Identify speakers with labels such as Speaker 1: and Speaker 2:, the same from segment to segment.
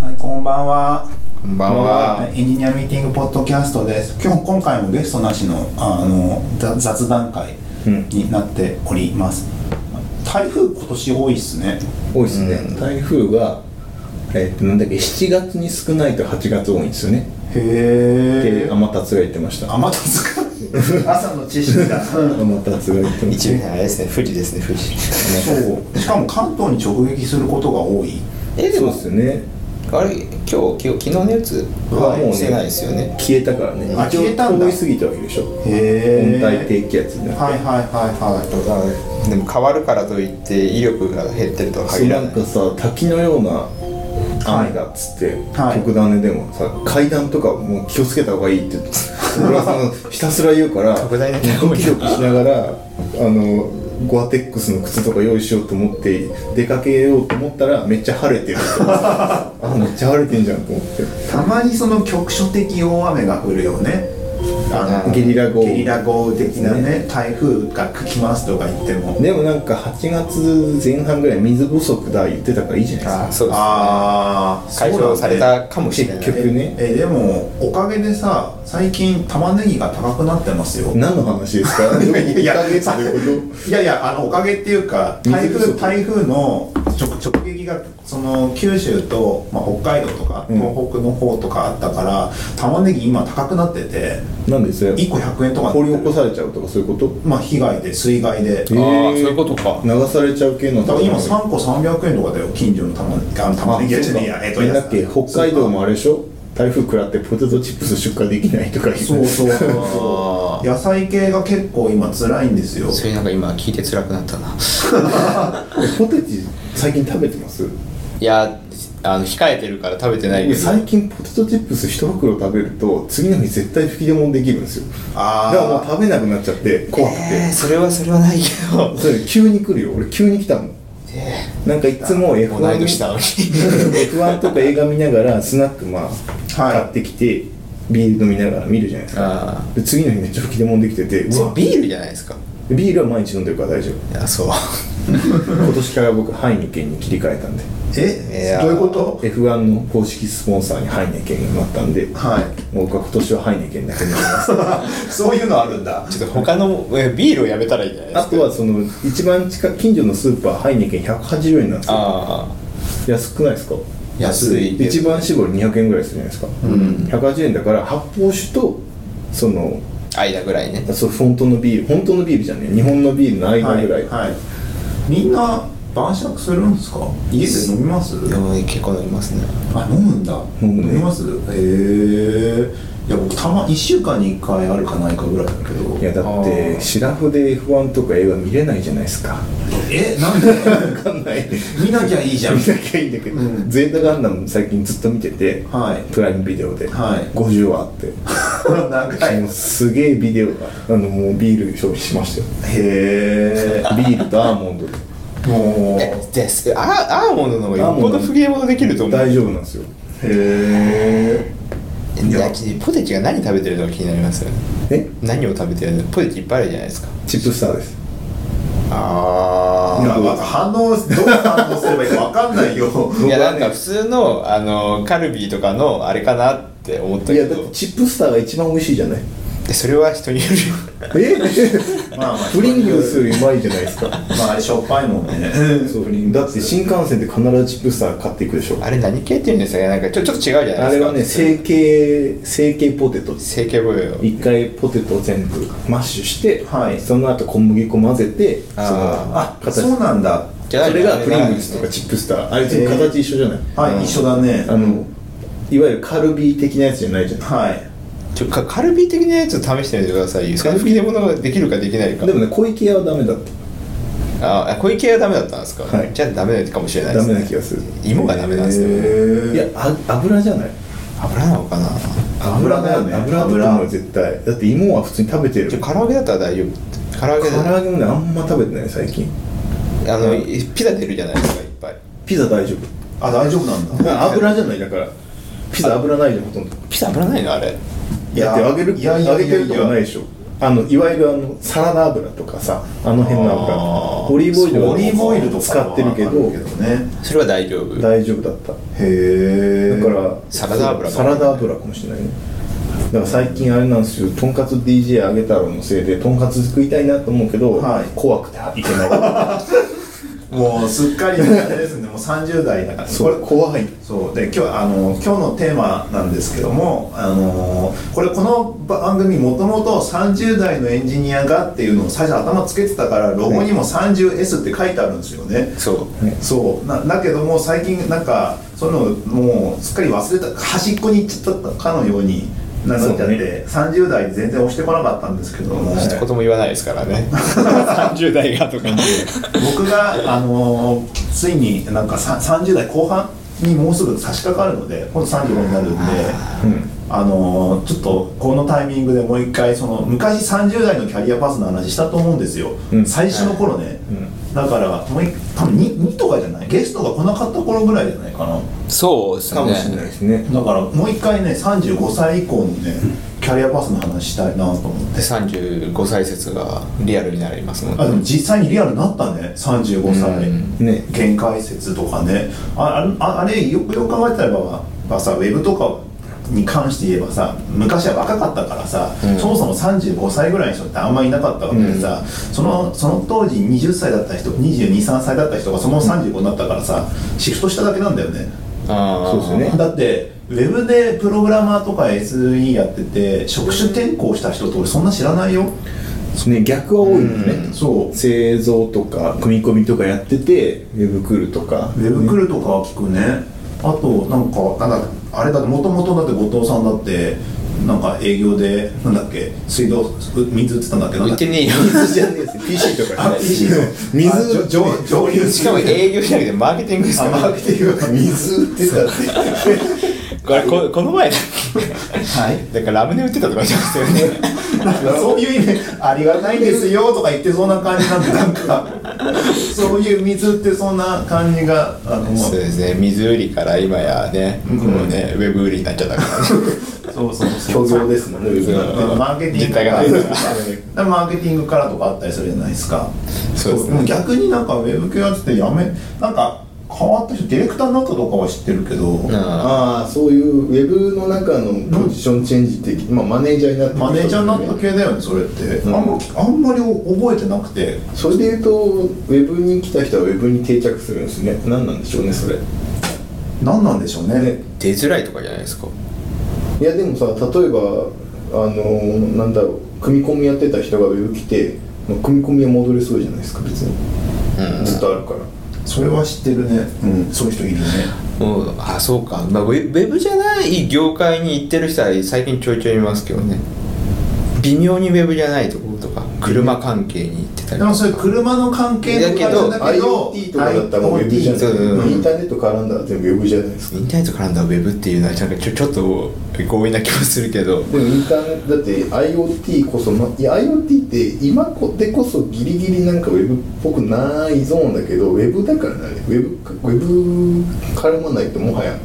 Speaker 1: はい、こんばんは。
Speaker 2: こんばんは。
Speaker 1: エンジニアミーティングポッドキャストです。今日、今回もゲストなしの、ああの、ざ雑談会
Speaker 3: うん
Speaker 1: になっております。台風、今年多いっすね。
Speaker 3: 多いですね、台風がえっとなんだっけ7月に少ないと8月多いんですよね
Speaker 1: へ
Speaker 3: で天達が言ってました
Speaker 1: あ、また使う。朝の知識が。うん
Speaker 3: 天達が言ってまし
Speaker 2: 一部にあれですね、不利ですね、不利。
Speaker 1: そう。しかも関東に直撃することが多い。
Speaker 2: え、
Speaker 3: た
Speaker 2: で
Speaker 3: そう
Speaker 2: も
Speaker 3: で、すよね
Speaker 2: あれ、今日、今日、昨日のやつはもうしてないですよね。
Speaker 3: 消えたからね
Speaker 1: あ消えたんだ
Speaker 3: 一応通り過ぎたわけでしょ
Speaker 1: へ
Speaker 3: 温帯低気圧になって、
Speaker 1: はいはいはいは
Speaker 2: あでも変わるからといって威力が減ってるとは
Speaker 3: そう
Speaker 2: 限ら
Speaker 3: な
Speaker 2: なんい
Speaker 3: かさ滝のような雨だっつって、
Speaker 1: はい
Speaker 3: 極端でもさ階段とかもう気をつけた方がいいって俺はそのひたすら言うから
Speaker 2: 特大の
Speaker 3: ドキドキしながらあのゴアテックスの靴とか用意しようと思って出かけようと思ったらめっちゃ晴れてるあめっちゃ晴れてんじゃんと思って
Speaker 1: い。たまにその局所的大雨が降るよね。あ
Speaker 3: ゲリラ豪雨
Speaker 1: ゲリラ豪雨的なね、台風が来ますとか言っても。
Speaker 3: でもなんか8月前半ぐらい水不足だ言ってたからいいじゃない
Speaker 2: あ
Speaker 3: で
Speaker 2: そうです
Speaker 1: ああ、
Speaker 2: 解消され
Speaker 1: そうだね。
Speaker 2: たかもしれない
Speaker 3: 結局ね
Speaker 1: え、でも、おかげでさ、最近玉ねぎが高くなってますよ。
Speaker 3: すか何の話ですか
Speaker 1: いやいやいや
Speaker 3: 1ヶ月でこの
Speaker 1: いやいや、あの、おかげっていうか、台
Speaker 3: 水不
Speaker 1: 風、
Speaker 3: 足
Speaker 1: 台風の直直撃が、その、九州と、まあ、北海道とか、
Speaker 3: うん
Speaker 1: 東北の方とかあったから、玉ねぎ今高くなってて、
Speaker 3: なんでそれ
Speaker 1: 1個100円とか。
Speaker 3: 掘り起こされちゃうとかそういうこと
Speaker 1: まあ、被害で、水害で。
Speaker 3: え
Speaker 1: だ
Speaker 2: ああそういうことか
Speaker 3: 流されちゃう系の
Speaker 1: から今3個300円とかだよ、近所の玉ねぎ。あの玉ねぎやじゃねえや、えっと、
Speaker 3: なんだっけ北海道もあれでしょ台風食らってポテトチップス出荷できないとか言
Speaker 1: そうそうそうそ
Speaker 2: あ
Speaker 1: う野菜系が結構今辛いんですよ
Speaker 2: それなんか今聞いて辛くなったな
Speaker 3: えポテチ最近食べてます
Speaker 2: いやあの控えてるから食べてないけ
Speaker 3: 僕
Speaker 2: ど
Speaker 3: 最近ポテトチップス一袋食べると次の日絶対吹き出物できるんですよだからもう
Speaker 1: あ
Speaker 3: 食べなくなっちゃって怖くて、
Speaker 2: えーそれはそれはないけど
Speaker 3: それ急に来るよ俺急に来たもん
Speaker 2: え
Speaker 3: なんかいつも
Speaker 2: ー同い
Speaker 3: F1
Speaker 2: 年 なのに
Speaker 3: F1 とか映画見ながらスナックまあ
Speaker 1: はい
Speaker 3: 買ってきてビール飲みながら見るじゃないですか
Speaker 2: ああ
Speaker 3: で次の日めっちゃ吹き出物できててう
Speaker 2: そ
Speaker 3: わ
Speaker 2: うビールじゃないですか
Speaker 3: ビールは毎日飲んでるから大丈夫
Speaker 2: いやそう
Speaker 3: 今年から僕ハイネケンに切り替えたんで
Speaker 1: ーえ
Speaker 2: いやー
Speaker 1: どういうこと
Speaker 3: F1 の公式スポンサーにハイネケンがなったんで
Speaker 1: はい
Speaker 3: 僕は今年はハイネケンだけになります
Speaker 1: そういうのあるんだ
Speaker 2: ちょっと他のえービールをやめたらいいんじゃないで
Speaker 3: あ
Speaker 2: すか
Speaker 3: とはその一番近く近所のスーパーハイネケン180円なんですよ
Speaker 2: ああ
Speaker 3: 安くないですか
Speaker 2: 安いけど
Speaker 3: 一番搾り200円ぐらいするじゃないですか、
Speaker 2: ん
Speaker 3: 180円だから発泡酒とその
Speaker 2: 間ぐらいね
Speaker 3: そうフォントのビール本当のビールじゃねえ日本のビールの間ぐらい、
Speaker 1: はい、はい、みんな晩酌するんですか家で飲みます
Speaker 2: でも結構飲みますね
Speaker 1: あ飲むんだ
Speaker 3: 飲むね
Speaker 1: 飲みますへえいや僕たま1週間に1回あるかないかぐらいだけど
Speaker 3: いやだってシラフで F1 とか映画見れないじゃないですか
Speaker 1: えなんで
Speaker 3: 分かんない
Speaker 1: 見なきゃいいじゃん
Speaker 3: 見なきゃいいんだけど、
Speaker 1: うん
Speaker 3: ゼータガンダム最近ずっと見てて、
Speaker 1: はい
Speaker 3: プライムビデオで、
Speaker 1: はい
Speaker 3: 50話あって、
Speaker 1: 長い
Speaker 3: もうすげえビデオがあのもうビール消費しましたよ
Speaker 1: へえ
Speaker 3: ビールとアーモンドで
Speaker 1: もう
Speaker 2: えですあアーモンドの方が
Speaker 3: ア
Speaker 2: よ
Speaker 3: ー
Speaker 2: っ
Speaker 3: モ
Speaker 2: ぽ
Speaker 3: ンド
Speaker 2: ど不ゲーもできると思う
Speaker 3: 大丈夫なんですよ
Speaker 1: へ
Speaker 2: いやポテチが何食べてるのか気になりますよね
Speaker 3: え
Speaker 2: 何を食べてるのポテチいっぱいあるじゃないですか
Speaker 3: チップスターです
Speaker 2: あ
Speaker 1: え
Speaker 3: いや
Speaker 1: 反応どう反応すればいいか分かんないよ
Speaker 2: いやなんか普通のあのカルビーとかのあれかなって思った
Speaker 3: い
Speaker 2: け
Speaker 3: やだって
Speaker 2: ど
Speaker 3: チップスターが一番美味しいじゃない
Speaker 2: でそれは人によるよ
Speaker 3: え
Speaker 1: まあまあ
Speaker 3: プリングルスよりうまいじゃないですか
Speaker 1: まああれしょっぱいもんね
Speaker 3: そうだって新幹線で必ずチップスター買っていくでしょ
Speaker 2: あれ何系って言うんですかねなんかちょちょっと違うじゃないですか
Speaker 3: あれはね成形成形ポテトです
Speaker 2: 成形ボヨ
Speaker 3: 一回ポテトを全部マッシュして、
Speaker 1: はい
Speaker 3: その後小麦粉混ぜてその
Speaker 2: あ
Speaker 3: 形
Speaker 1: そうなんだ
Speaker 2: じゃあ
Speaker 3: それがプリングルスとかチップスターあれ全部形一緒じゃない、
Speaker 1: はい、一緒だね
Speaker 3: あのいわゆるカルビー的なやつじゃないじゃない
Speaker 1: はい
Speaker 2: ちょかカルビー的なやつ試してみてくださいよその吹き出物ができるかできないか
Speaker 3: でもね小池屋はダメだった
Speaker 2: ああ小池屋はダメだったんですか、
Speaker 3: はい
Speaker 2: じゃあダメかもしれないで
Speaker 3: ダ
Speaker 2: す、
Speaker 3: メ
Speaker 2: ね、
Speaker 3: な気がする
Speaker 2: 芋がダメなんですよ
Speaker 3: いやあ油じゃない
Speaker 2: 油なのかな
Speaker 1: 油だよね
Speaker 3: 油だと思うよ絶対だって芋は普通に食べてる
Speaker 2: ちょ
Speaker 3: 唐
Speaker 2: 唐揚げだったら大丈夫唐揚げだ
Speaker 3: 揚げもねあんま食べてない最近
Speaker 2: あのピザ出るじゃないですかいっぱい
Speaker 3: ピザ大丈夫
Speaker 1: あ大丈夫なんだ
Speaker 3: 油じゃないだからピザ油ないじゃんほとんど
Speaker 2: ピザ油ないのあれ
Speaker 1: い
Speaker 3: だって揚げる
Speaker 1: いやいや
Speaker 3: 揚げてるとかない
Speaker 1: い
Speaker 3: でしょあのいわゆるあのサラダ油とかさあの辺の油
Speaker 2: あー
Speaker 3: オリーブオイル
Speaker 1: や
Speaker 3: とか
Speaker 1: オリーブオイルとかは
Speaker 3: 使ってるけ
Speaker 1: あ
Speaker 3: ど
Speaker 1: けどね
Speaker 2: それは大丈夫
Speaker 3: 大丈夫だった
Speaker 1: へえ
Speaker 3: だから
Speaker 2: サラダ油
Speaker 3: サラダ油かもしれないねだから最近あれなんですよとんかつ DJ あげ太郎のせいでとんかつ食いたいなと思うけど、
Speaker 1: はい
Speaker 3: 怖くていけない
Speaker 1: もうすっかりあれですねもう30代だから
Speaker 3: それ怖い
Speaker 1: そうで今日あの今日のテーマなんですけどもあのこれこの番組もともと30代のエンジニアがっていうのを最初頭つけてたからロゴにも 30S って書いてあるんですよね
Speaker 2: そう
Speaker 1: そうなだけども最近なんかそういうのもうすっかり忘れた端っこに行っちゃったかのようになっちゃって、
Speaker 3: そうね
Speaker 1: 30代全然押してこなかったんですけども
Speaker 2: 一言も言わないですから ね30代がとか
Speaker 1: 僕が、あのーついになんかさ30代後半にもうすぐ差し掛かるので今度35になるんで、あのーちょっとこのタイミングでもう一回その昔30代のキャリアパスの話したと思うんですよ、
Speaker 3: うん
Speaker 1: 最初の頃ね、だからもう一多分 2, 2とかじゃないゲストが来なかった頃ぐらいじゃないかな
Speaker 2: そうです
Speaker 3: かもしれないですね
Speaker 1: だからもう一回ね35歳以降のねキャリアパスの話したいなと思って
Speaker 2: 35歳説がリアルになりますもん
Speaker 1: あでも実際にリアルになったね35歳、
Speaker 2: うん
Speaker 3: ね
Speaker 1: 限界説とかねああああれよくよく考えてたらばばさウェブとかに関して言えばさ昔は若かったからさ、
Speaker 2: うん
Speaker 1: そもそも35歳ぐらいの人ってあんまりいなかったわけでさ、そのその当時20歳だった人223歳だった人がその35になったからさシフトしただけなんだよね
Speaker 2: あー
Speaker 3: そうですよね
Speaker 1: だってウェブでプログラマーとか SE やってて職種転向した人って俺そんな知らないよ
Speaker 3: ね逆は多いんだね、
Speaker 1: そう
Speaker 3: 製造とか組み込みとかやっててウェブクルとか
Speaker 1: ウェブクルとかは聞くねあとなんかなんだあれだってもともとだって後藤さんだってなんか営業でなんだっけ水道う水売ってたんだっけなんだ
Speaker 2: 言っ
Speaker 1: っけ
Speaker 2: てねえよ
Speaker 3: 水じゃねえです PC とか
Speaker 1: あ PC の
Speaker 3: 水
Speaker 1: 上上流
Speaker 2: しかも営業じゃなくてマーケティングです
Speaker 1: あ
Speaker 2: か
Speaker 1: マ
Speaker 2: ら
Speaker 1: ーケティング
Speaker 3: 水売ってたって
Speaker 2: これここの前だっ
Speaker 1: はい
Speaker 2: けだからラムネ売ってたとか言ってましたよね
Speaker 1: なんかそういう意味ありがたいんですよとか言ってそうな感じなんでなんかそういう水ってそんな感じがあの
Speaker 2: そうですね水売りから今やねこのね、ウェブ売りになっちゃったからね
Speaker 1: そうそうそう
Speaker 3: 虚像ですもんねウェ
Speaker 2: そ
Speaker 3: ブ
Speaker 2: う
Speaker 3: が
Speaker 1: マーケティング
Speaker 2: 実態がないから
Speaker 1: らマーケティングからとかあったりするじゃないですか
Speaker 2: そうですね
Speaker 1: も逆になんかウェブ系やっててやめなんか変わった人ディレクターになったとかは知ってるけど、
Speaker 3: ああそういうウェブの中のポジションチェンジって、まあ、マネージャーになってくる
Speaker 1: マネージャーになった系だよねそれって、
Speaker 3: ん
Speaker 1: あんまあんまり覚えてなくて
Speaker 3: それでいうとウェブに来た人はウェブに定着するんですね何なんでしょうねそれい
Speaker 1: 何なんでしょうね
Speaker 3: ね
Speaker 2: 出づらいとかじゃないですか
Speaker 3: やでもさ例えばあのーなんだろう組み込みやってた人がウェブ来て、まあ、組み込みは戻れそうじゃないですか別に
Speaker 2: うん
Speaker 3: ずっとあるから
Speaker 1: それは知ってるね、うん、そういう人いるね
Speaker 2: うん、あそうか、まあ、ウェウェブじゃない業界に行ってる人は最近ちょいちょいいますけどね微妙にウェブじゃないところとか車関係に行ってた
Speaker 1: で
Speaker 2: りと
Speaker 1: も
Speaker 2: か
Speaker 1: それ車の関係の会社だけど
Speaker 3: IoT とかだったらもうウェブじゃない
Speaker 1: IoT
Speaker 2: うん
Speaker 3: インターネット絡んだら全部ウェブじゃないですか
Speaker 2: インターネット絡んだウェブっていうのはなんかちょちょっと強引な気もするけど
Speaker 3: でもインターネットだって IoT こそ、ま、いや IoT って今こでこそギリギリなんかウェブっぽくないゾーンだけどウェブだからねウェブウェブ絡まないともはや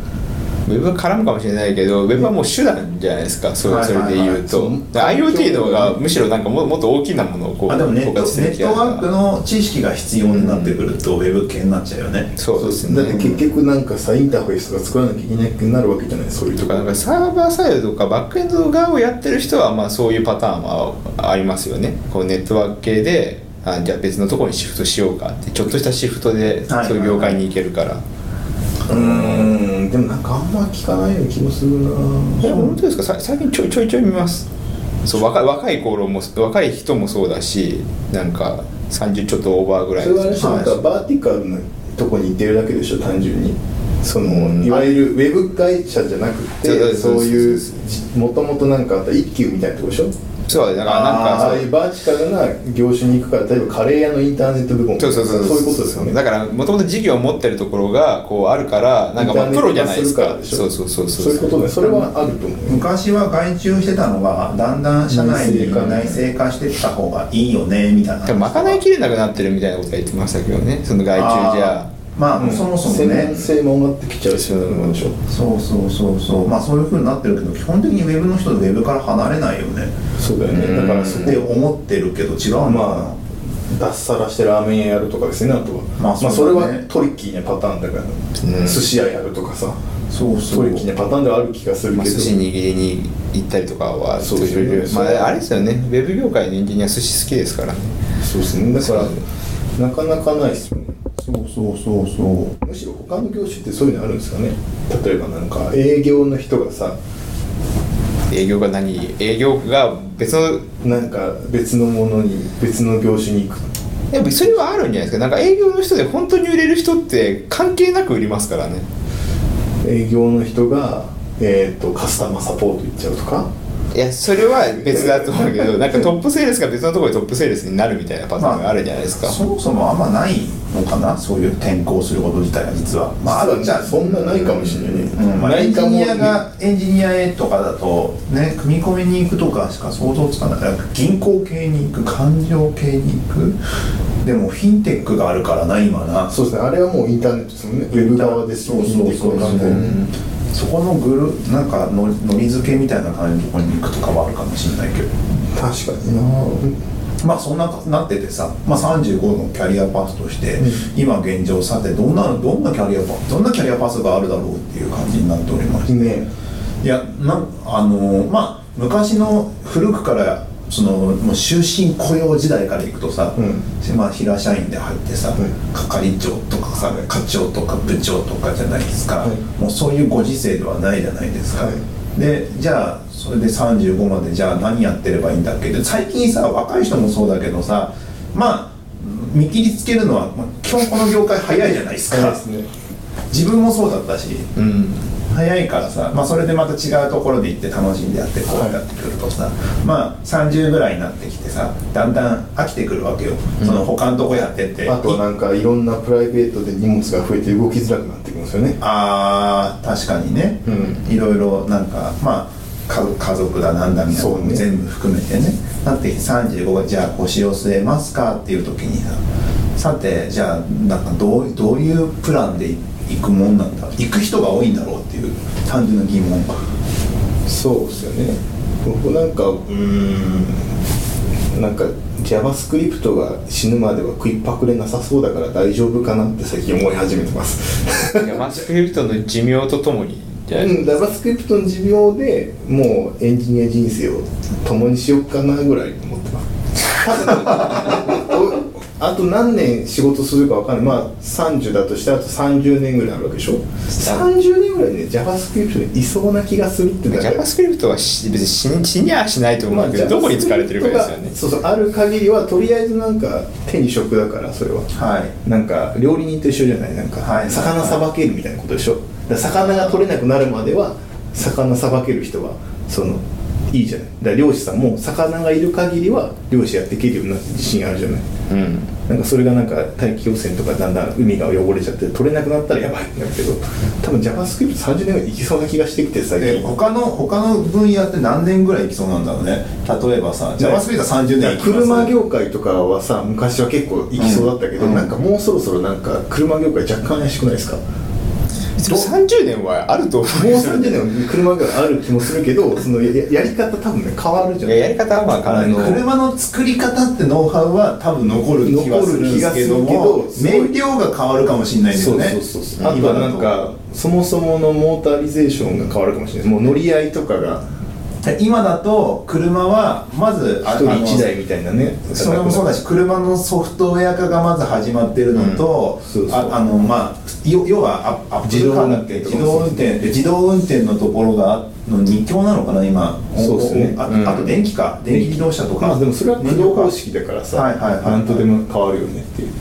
Speaker 2: ウェブは絡むかもしれないけどウェブはもう手段じゃないですかそれ
Speaker 1: はい
Speaker 2: それで言うと、
Speaker 3: はいはい
Speaker 2: だから IoT の方がむしろなんかももっと大きなものをこう
Speaker 1: あでもネットネ
Speaker 2: 包括的
Speaker 1: ットワークの知識が必要になってくるとウェブ系になっちゃうよね
Speaker 2: そうですね
Speaker 3: だって結局なんかさインターフェースとか作らなきゃいけなくなるわけじゃないそういうと
Speaker 2: と
Speaker 3: こ
Speaker 2: かなんかサーバーサイドとかバックエンド側をやってる人はまあそういうパターンはありますよねこうネットワーク系であじゃあ別のところにシフトしようかってちょっとしたシフトで
Speaker 1: はい
Speaker 2: そういう業界に行けるから、
Speaker 3: うーんでもなんかあんま聞かないような気もするな
Speaker 2: え本当ですかさ最近ちょいちょいちょい見ますそう若い若い頃も若い人もそうだしなんか30ちょっとオーバーぐらい
Speaker 3: それはあれでしょなんかバーティカルなとこに行ってるだけでしょ単純にそのいわゆるウェブ会社じゃなく
Speaker 2: そ
Speaker 3: てそう
Speaker 2: そうそうそう
Speaker 3: ういうもともとなんかあった一級みたいなとこでしょ
Speaker 2: そうだからなんか
Speaker 3: あ
Speaker 2: そ
Speaker 3: あ
Speaker 2: う
Speaker 3: いうバーチカルな業種に行くから例えばカレー屋のインターネット部門
Speaker 2: そうそうそう
Speaker 3: そういうことですよね
Speaker 2: だからもともと事業を持ってるところがこうあるからなんかまあ
Speaker 3: イン
Speaker 2: プ
Speaker 3: ターネット
Speaker 2: ロじゃないですか
Speaker 3: 化るらでしょ
Speaker 2: そうそうそう
Speaker 3: そういうことねそれはあると思う
Speaker 1: 昔は外注してたのがだんだん社内で内製化してった方がいいよねみたいな
Speaker 2: でもまかないきれなくなってるみたいなことは言ってましたけどねその外注じゃ
Speaker 1: まあ、そもそも
Speaker 3: 専
Speaker 1: ね
Speaker 3: 門性も上がってきちゃうしなんでしょ
Speaker 1: そうそうそうそうまあそういうふうになってるけど基本的にウェブの人とウェブから離れないよね
Speaker 3: そうだよねだからそ
Speaker 1: っ
Speaker 3: こ
Speaker 1: て思ってるけど違うのかな、
Speaker 3: まあ脱サラしてラーメン屋やるとかですねあとは
Speaker 1: ま
Speaker 3: ま
Speaker 1: あ
Speaker 3: あ
Speaker 1: そうだね
Speaker 3: それはトリッキーなパターンだから、
Speaker 2: ん
Speaker 3: 寿司屋やるとかさ
Speaker 2: あ
Speaker 1: そう
Speaker 3: そういう気なパターンではある気がするけ
Speaker 2: ま
Speaker 3: ど
Speaker 2: あ、寿司握りに行ったりとかは
Speaker 3: そうですね
Speaker 2: いろいろ
Speaker 3: そ
Speaker 2: ま
Speaker 3: う
Speaker 2: あ、あれですよねウェブ業界のエンジニア寿司好きですからね
Speaker 3: そうですねだか
Speaker 2: そう
Speaker 3: らなかなかないですよね
Speaker 1: そうそうそうそう
Speaker 3: むしろ他の業種ってそういうのあるんですかね例えばなんか営業の人がさ
Speaker 2: 営業が何営業が別の
Speaker 3: なんか別のものに別の業種に行く
Speaker 2: やっぱそれはあるんじゃないですかなんか営業の人で本当に売れる人って関係なく売りますからね
Speaker 3: 営業の人が、えー、とカスタマーサポート行っちゃうとか
Speaker 2: いやそれは別だと思うけどなんかトップセールスが別のところでトップセールスになるみたいなパターンがあるじゃないですか、
Speaker 1: そもそもあんまないのかなそういう転校すること自体が実はまああるんじゃん
Speaker 3: そんなないかもしれないね、
Speaker 1: うんまあ、
Speaker 3: な
Speaker 1: エン
Speaker 3: い
Speaker 1: ジ
Speaker 3: かも
Speaker 1: ニアがエンジニアへとかだとね組み込みに行くとかしか想像つかない銀行系に行く官僚系に行くでもフィンテックがあるからな今な
Speaker 3: そうですねあれはもうインターネットですもんねウェブ側ですよ
Speaker 1: そうそうそう
Speaker 3: インターネットの
Speaker 1: そうそこのグルなんかの飲み付けみたいな感じのところに行くとかはあるかもしれないけど
Speaker 3: 確かにな
Speaker 1: まあそんななっててさ、まあ、35のキャリアパスとして、
Speaker 3: う
Speaker 1: 今現状さてどんなどんなキャリアパスどんなキャリアパスがあるだろうっていう感じになっておりまして
Speaker 3: ね
Speaker 1: いやなんあのーまあ昔の古くからそのもう終身雇用時代からいくとさ、
Speaker 3: う
Speaker 1: まあ、平社員で入ってさ、
Speaker 3: うん
Speaker 1: 係長とかさ課長とか部長とかじゃないですか、
Speaker 3: はい
Speaker 1: もうそういうご時世ではないじゃないですか、
Speaker 3: は
Speaker 1: でじゃあそれで35までじゃあ何やってればいいんだっけで最近さ若い人もそうだけどさまあ見切りつけるのは、まあ、基本この業界早いじゃないです
Speaker 3: そう
Speaker 1: か
Speaker 3: ですね
Speaker 1: 自分もそうだったし
Speaker 2: うん
Speaker 1: 早いからさ、まあ、それでまた違うところで行って楽しんでやってこうやってくるとさ、まあ30ぐらいになってきてさだんだん飽きてくるわけよ、その他のとこやってて
Speaker 3: あとなんかいろんなプライベートで荷物が増えて動きづらくなってくるんですよね
Speaker 1: あー確かにね、
Speaker 3: う
Speaker 1: いろいろなんかまあ家家族だなんだみたいなの
Speaker 3: そう
Speaker 1: も
Speaker 3: ね
Speaker 1: 全部含めてねだって35がじゃあ腰を据えますかっていう時にささてじゃあなんかどうどういうプランで行くもんなんだ行く人が多いんだろうっていう単純な疑問
Speaker 3: そうですよね僕なんかうーんなんか JavaScript が死ぬまでは食いっぱくれなさそうだから大丈夫かなって最近思い始めてます
Speaker 2: いやマスクフィルトの寿命とともにじゃあ
Speaker 3: うん、JavaScript の寿命でもうエンジニア人生を共にしようかなぐらい思ってます おあと何年仕事するか分かんないまあ30だとしたらあと30年ぐらいあるわけでしょ30年ぐらいね JavaScript にいそうな気がするってだけ
Speaker 2: JavaScript はし別に死に死にゃしないと思うけど、どこに疲れてるかですよね
Speaker 3: JavaScript がそうそうある限りはとりあえずなんか手に職だからそれは
Speaker 1: はい
Speaker 3: なんか料理人と一緒じゃないなんか、
Speaker 1: はい
Speaker 3: 魚さばけるみたいなことでしょだから魚が取れなくなるまでは魚さばける人はそのいいじゃないだから漁師さんも魚がいる限りは漁師やっていけるような自信あるじゃない
Speaker 2: うん
Speaker 3: なんかそれがなんか大気汚染とかだんだん海が汚れちゃって取れなくなったらやばいんだけど多分 JavaScript30 年ぐらいいきそうな気がしてきて最
Speaker 1: え
Speaker 3: 近
Speaker 1: 他の他の分野って何年ぐらいいきそうなんだろうね例えばさ JavaScript は30年いきます
Speaker 3: 車業界とかはさ昔は結構行きそうだったけど、
Speaker 1: うん
Speaker 3: なんかもうそろそろなんか車業界若干怪しくないですかも
Speaker 2: でも30年はあると思う
Speaker 3: う
Speaker 2: んですよ
Speaker 3: 30年は車業界ある気もするけどそのややり方多分ね変わるじゃ
Speaker 2: い
Speaker 3: な
Speaker 2: や
Speaker 3: い
Speaker 2: やり方はまあかなり
Speaker 1: 車の作り方ってノウハウは多分残る気はするんですけど
Speaker 3: 残
Speaker 1: も
Speaker 3: る気がするけど
Speaker 1: 燃料が変わるかもしれないです
Speaker 3: そ
Speaker 1: よ
Speaker 3: う
Speaker 1: ね
Speaker 3: そうそうそうあとはなんかそもそものモータリゼーションが変わるかもしれないもう乗り合いとかが
Speaker 1: 今だと車はまず
Speaker 3: 一人一台みたいなね
Speaker 1: それもそうだし車のソフトウェア化がまず始まってるのと、
Speaker 3: うんそうそう
Speaker 1: ああのまあよ要はアアップルカーだっけ自
Speaker 3: 自
Speaker 1: 動
Speaker 3: 動
Speaker 1: 運
Speaker 3: 運
Speaker 1: 転
Speaker 3: 転
Speaker 1: って自動運転のところがの2強なのかな今
Speaker 3: そうですね
Speaker 1: おおあ,、
Speaker 2: うん
Speaker 1: あと電気か電気自動車とか、
Speaker 3: まあでもそれは
Speaker 1: 燃
Speaker 3: 駆
Speaker 1: 料
Speaker 3: 動
Speaker 1: か
Speaker 3: 方式だからさ、
Speaker 1: はいはいはい
Speaker 3: なんとでも変わるよねっていう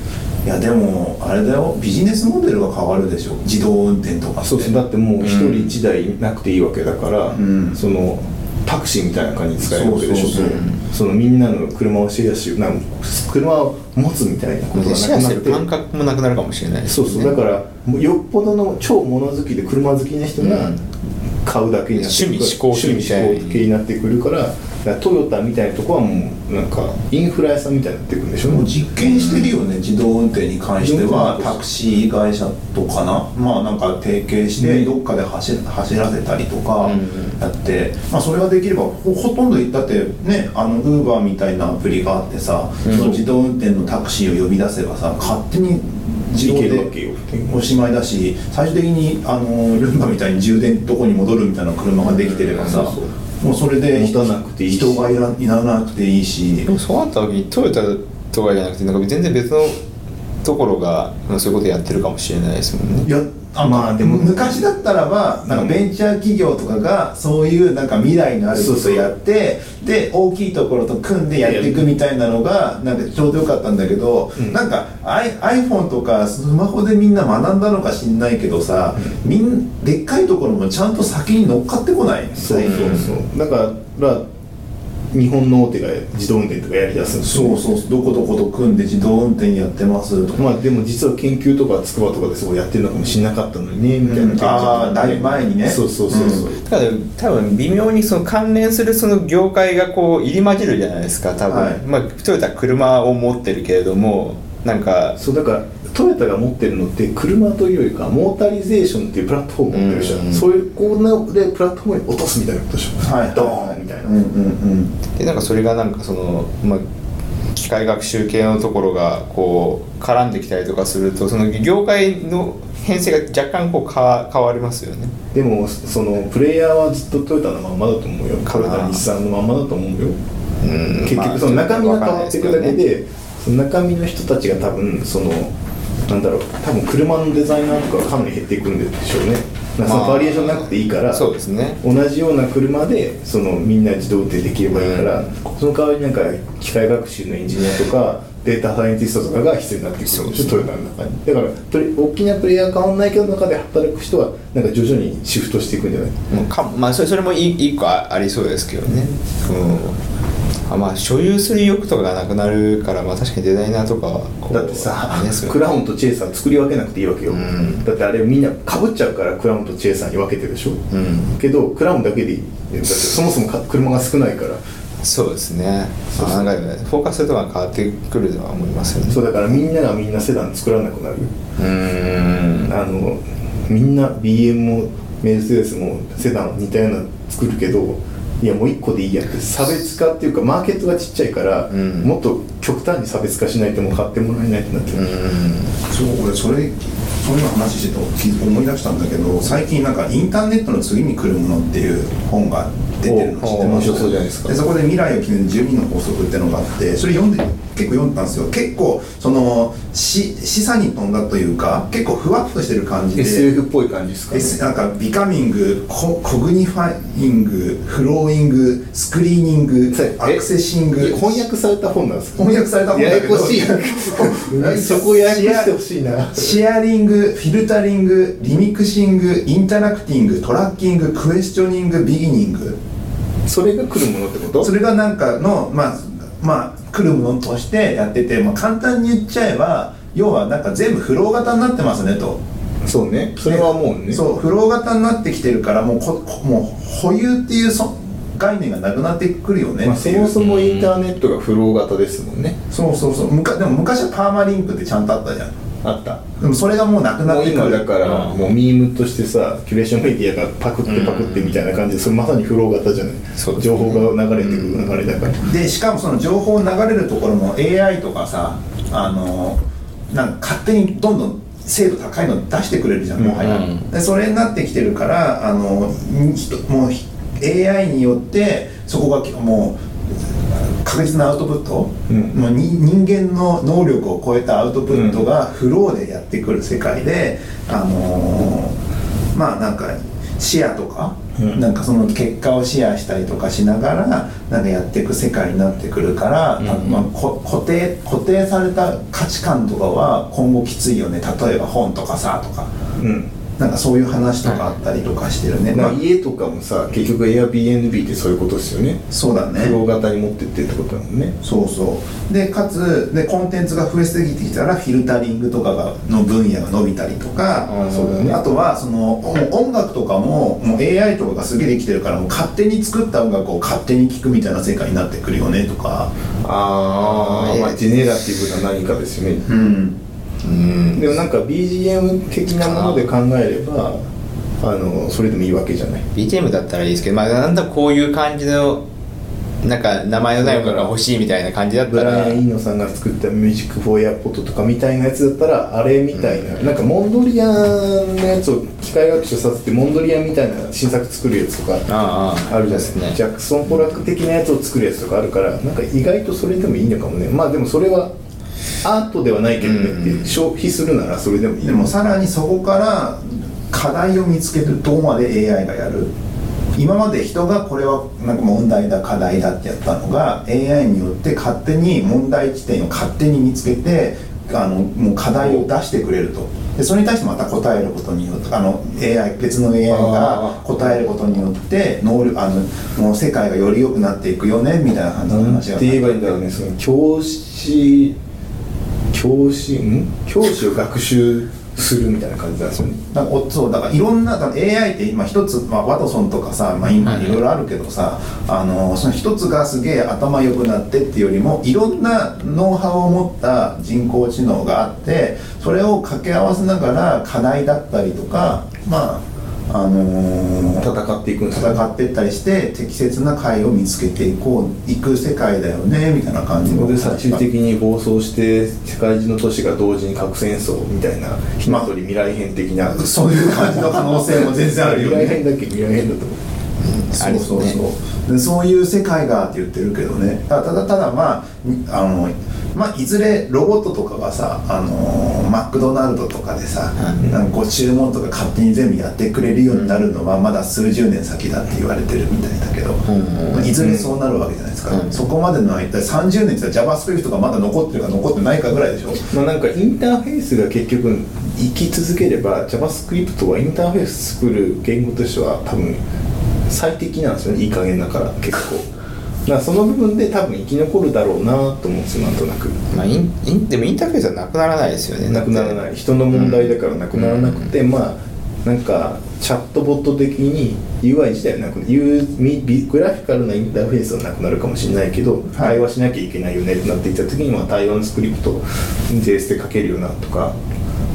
Speaker 1: いやでもあれだよビジネスモデルが変わるでしょ自動運転とかって
Speaker 3: そうですねだってもう一人一台なくていいわけだから、
Speaker 1: ん
Speaker 3: そのタクシーみたいな感じに使えるわけでしょ
Speaker 1: そうそうそう
Speaker 3: そのみんなの車をシェアしなん車を持つみたいなことがな
Speaker 2: シェア
Speaker 3: く
Speaker 2: し
Speaker 3: な
Speaker 2: て
Speaker 3: っ
Speaker 2: る
Speaker 3: て
Speaker 2: 感覚もなくなるかもしれないです
Speaker 3: そ
Speaker 2: ね
Speaker 3: うそうだからもうよっぽどの超物好きで車好きな人が
Speaker 2: うん
Speaker 3: 買うだけになってくる
Speaker 2: 趣味嗜好品み
Speaker 3: 趣
Speaker 2: たいな
Speaker 3: 味嗜好系になってくるからだからトヨタみたいなとこはもうなんかインフラ屋さんみたいになってくるんでしょ
Speaker 1: もう実験してるよね、自動運転に関しては
Speaker 3: 自動運転
Speaker 1: タクシー会社とかなまあなんか提携して
Speaker 3: ね
Speaker 1: どっかで走走らせたりとか
Speaker 2: うんうん
Speaker 1: やって、まあ、それができればほほとんどだってねあのウーバーみたいなアプリがあってさ、
Speaker 2: うん
Speaker 1: その自動運転のタクシーを呼び出せばさ勝手に自動
Speaker 3: いけるわけ
Speaker 1: で
Speaker 3: よ
Speaker 1: おしまいだし最終的にあのルンバみたいに充電どこに戻るみたいな車ができてればさ、
Speaker 3: うんそう
Speaker 1: もうそれで
Speaker 3: 持たなくていいし
Speaker 1: 人がいらいらなくていいし
Speaker 2: でもそうなった時にトヨタとかじゃなくてなんか全然別のところがうんそういうことやってるかもしれないですもん
Speaker 1: い
Speaker 2: ね
Speaker 1: やあ
Speaker 3: ま
Speaker 1: ま
Speaker 3: あ
Speaker 1: あ
Speaker 3: で
Speaker 1: で
Speaker 3: も
Speaker 1: も昔だったらばなんかベンチャー企業とかがそういうなんか未来のあるこ
Speaker 3: そう
Speaker 1: と
Speaker 3: そう
Speaker 1: をやってで大きいところと組んでやっていくみたいなのがなんかちょうどよかったんだけど、
Speaker 2: うん
Speaker 1: なんか I iPhone とかスマホでみんな学んだのか知んないけどさ、みんでっかいところもちゃんと先に乗っかってこない
Speaker 3: そうそうそうだから日本の大手が自動運転とかやりだすんですよ
Speaker 1: そうそうそうどこどこと組んで自動運転やってますとか
Speaker 3: まあでも実は研究とか筑波とかですごいやってるのかもしれなかったのにねみたいな
Speaker 1: うんあーだいぶ前にね
Speaker 3: そうそうそうそう、
Speaker 2: ただ多分微妙にその関連するその業界がこう入り混じるじゃないですか多分、
Speaker 1: はい
Speaker 2: まあトヨタ車を持ってるけれどもなんか
Speaker 3: そうだからトヨタが持ってるのって車というよりかモータリゼーションっていうプラットフォームを持ってるじゃん、
Speaker 2: うん
Speaker 3: そういうこうなでプラットフォームに落とすみたいなことでしょ、
Speaker 1: はい
Speaker 3: ドーンみたいな、
Speaker 1: うんうんうん
Speaker 2: でなんかそれがなんかその、まあ、機械学習系のところがこう絡んできたりとかするとその業界の編成が若干こうか変わりますよね
Speaker 3: でもそのプレイヤーはずっとトヨタのまんまだと思うよ
Speaker 2: か
Speaker 3: ト
Speaker 2: な
Speaker 3: ヨタ日産のまんまだと思うよ
Speaker 2: うん
Speaker 3: 結
Speaker 2: まあ
Speaker 3: 局その中身が変わっていくだけ
Speaker 2: わかんないす
Speaker 3: でその中身の人たちが多分そのなんだろう多分車のデザイナーとかはかなり減っていくんでしょうねなんかそ
Speaker 2: ま
Speaker 3: の
Speaker 2: あ
Speaker 3: バリエーションなくていいか
Speaker 2: けど
Speaker 3: ら、
Speaker 2: ねそうですね
Speaker 3: 同じような車でそのみんな自動運転できればいいから、その代わりになんか機械学習のエンジニアとかデータサイエンティストとかが必要になってくるんでしょトヨタの中にだからプレ大きなプレイヤー変わんないけど中で働く人はなんか徐々にシフトしていくんじゃない
Speaker 2: もうかまあそれそれもい一個あありそうですけどね、うんあまあ所有する欲とかがなくなるから、まあ、確かにデザイナーとかはこう
Speaker 3: だってさ
Speaker 2: あれですよね
Speaker 3: クラウンとチェイサー作り分けなくていいわけよ、
Speaker 2: ん
Speaker 3: だってあれみんなかぶっちゃうからクラウンとチェイサーに分けてるでしょ、
Speaker 2: うん
Speaker 3: けどクラウンだけでいいだってそもそもか車が少ないから
Speaker 2: そうですね
Speaker 3: そうそう
Speaker 2: まあなんかフォーカスとか変わってくるとは思いますよね
Speaker 3: そうだからみんながみんなセダン作らなくなるよ
Speaker 2: うーん
Speaker 3: あのみんな BM もメルセデスもセダン似たような作るけどいやもう一個でいいやって差別化っていうかマーケットがちっちゃいから、
Speaker 2: うん
Speaker 3: もっと極端に差別化しないともう買ってもらえないってなってる、
Speaker 1: そう俺それそういうの話してて気づ思い出したんだけど最近なんか「インターネットの次に来るもの」っていう本が出てるの知って
Speaker 2: お
Speaker 1: ます
Speaker 3: 面白そうじゃないですか
Speaker 1: でそこで「未来を決める12の法則」ってのがあってそれ読んで結構読んだんですよ結構そのし示唆に飛んだというか結構ふわっとしてる感じで
Speaker 3: SF っぽい感じですか、ね
Speaker 1: S なんかビカミングココグニファイングフローイングスクリーニング
Speaker 3: そう
Speaker 1: アクセシング
Speaker 3: 翻訳された本なんですか
Speaker 1: 翻訳された本だ
Speaker 3: や
Speaker 1: け
Speaker 3: や
Speaker 1: ど
Speaker 3: こしい そこややこしてほしいな
Speaker 1: シェアリング、フィルタリング、リミクシング、インタラクティング、トラッキング、クエスチョニング、ビギニング。
Speaker 3: それが来るものってこと
Speaker 1: それがなんかの、まあ、まあ、来るものとしてやってて、まあ、簡単に言っちゃえば、要はなんか全部フロー型になってますねと。
Speaker 3: そうねそれはもうね
Speaker 1: そう、フロー型になってきてるから、もうこ、こもう保有っていうそ概念がなくなってくるよね
Speaker 3: まあ、
Speaker 1: って
Speaker 3: そ
Speaker 1: いう。
Speaker 3: もそもインターネットが不老型ですもんね
Speaker 1: そうそうそう。むかでも昔はパーマリンクってちゃんとあったじゃん。
Speaker 3: あった
Speaker 1: でもそれがもうなくな
Speaker 3: も
Speaker 1: っ
Speaker 3: う
Speaker 1: てく
Speaker 3: 今
Speaker 1: る。
Speaker 3: だから
Speaker 2: うん
Speaker 3: もうミームとしてさキュレーションメディアがパクってパクってみたいな感じでそれまさに不老型じゃない
Speaker 2: そうです
Speaker 3: 情
Speaker 2: ね
Speaker 3: 報が流れてくる流れだから
Speaker 1: でしかもその情報流れるところも AI とかさあのなんか勝手にどんどん精度高いの出してくれるじゃんもはや、
Speaker 2: うん
Speaker 1: でそれになってきてるからあの人もうひ AI によってそこがきもう確実なアウトプット、
Speaker 3: うん
Speaker 1: もうに人間の能力を超えたアウトプットがフローでやってくる世界で、あのーまあなんか視野とか、
Speaker 3: うん
Speaker 1: なんかその結果をシェアしたりとかしながらなんかやっていく世界になってくるから、
Speaker 2: ん
Speaker 1: あまあ、こ固定固定された価値観とかは今後きついよね例えば本とかさとか
Speaker 3: うん
Speaker 1: なんかそういう話とかあったりとかしてるね、
Speaker 3: まあ
Speaker 1: まあ
Speaker 3: 家とかもさ結局 Airbnb ってそういうことですよね
Speaker 1: そうだね
Speaker 3: 不老型に持ってってってことだもんね
Speaker 1: そうそうでかつでコンテンツが増えすぎてきたらフィルタリングとかがの分野が伸びたりとか
Speaker 2: あーそうだ
Speaker 3: ね
Speaker 1: あとはそのもう音楽とかももう AI とかがすげえできてるからもう勝手に作った音楽を勝手に聴くみたいな世界になってくるよねとか
Speaker 3: あ
Speaker 2: ー
Speaker 3: まあジェネラティブな何かですよね
Speaker 1: うん
Speaker 2: うん
Speaker 3: でもなんか BGM 的なもので考えればあのそれでもいいわけじゃない
Speaker 2: BTM だったらいいですけどまあなんだこういう感じのなんか名前のないものが欲しいみたいな感じだった
Speaker 3: ブ
Speaker 2: ら
Speaker 3: ライアン・イーノさんが作った「ミュージック・フォー・ヤポット」とかみたいなやつだったらあれみたいな、なんかモンドリアンのやつを機械学習させてモンドリアンみたいな新作作るやつとか
Speaker 2: ああ
Speaker 3: あるじゃないですか、
Speaker 2: ね
Speaker 3: ジャクソン・ポラック的なやつを作るやつとかあるからなんか意外とそれでもいいのかもねまあでもそれはアートではないけどねって、
Speaker 2: うん
Speaker 3: 消費するならそれでもいい
Speaker 1: でもさらにそこから課題を見つけるどこまで AI がやる今まで人がこれはなんか問題だ課題だってやったのが AI によって勝手に問題地点を勝手に見つけてあのもう課題を出してくれるとでそれに対してまた答えることによってあの AI 別の AI が答えることによって能力あのもう世界がより良くなっていくよねみたいな感じの
Speaker 3: なん
Speaker 1: 話が
Speaker 3: て言えばいいんだろうねその教師教師ん教師を学習するみたいな感じなんですよね
Speaker 1: なんかおそうだからいろんなだから AI って今一つ、まあ、ワトソンとかさ、まあ、今
Speaker 2: はい
Speaker 1: いろいろあるけどさ、あのその一つがすげえ頭良くなってっていうよりもいろんなノウハウを持った人工知能があってそれを掛け合わせながら課題だったりとかまああのー
Speaker 3: 戦っていくんですよね
Speaker 1: 戦っていったりして適切な解を見つけていこういく世界だよねみたいな感じ
Speaker 3: そ
Speaker 1: の
Speaker 3: こで殺虫的に暴走して世界中の都市が同時に核戦争みたいなひまとり未来編的な
Speaker 1: そういう感じの可能性も全然あ るよ
Speaker 3: 未
Speaker 1: ね
Speaker 3: 来編だっけ未来編だと思う
Speaker 2: あ
Speaker 1: そ
Speaker 2: り
Speaker 1: う
Speaker 2: ます
Speaker 1: そう
Speaker 2: ね
Speaker 1: そうでそういう世界がって言ってるけどねただただただまあにあの、まあ、いずれロボットとかがさあのマクドナルドとかでさ、
Speaker 2: うん
Speaker 1: なんかご注文とか勝手に全部やってくれるようになるのはまだ数十年先だって言われてるみたいだけど、
Speaker 2: うん
Speaker 1: いずれそうなるわけじゃないですか、
Speaker 2: うん
Speaker 1: そこまでの間30年って言ったら JavaScript がまだ残ってるか残ってないかぐらいでしょ
Speaker 3: まあなんかインターフェースが結局生き続ければ JavaScript はインターフェース作る言語としては多分最適なんですよねいい加減だから結構だからその部分で多分生き残るだろうなと思うんですよなんとなく
Speaker 2: まあ、インインでもインターフェースはなくならないですよね
Speaker 3: なくならない人の問題だからなくならなくて、まあなんかチャットボット的に UI 自体はなくユーミビグラフィカルなインターフェースはなくなるかもしれないけど、対話しなきゃいけないよねってなっていった時には対話のスクリプトを JS で書けるよなとか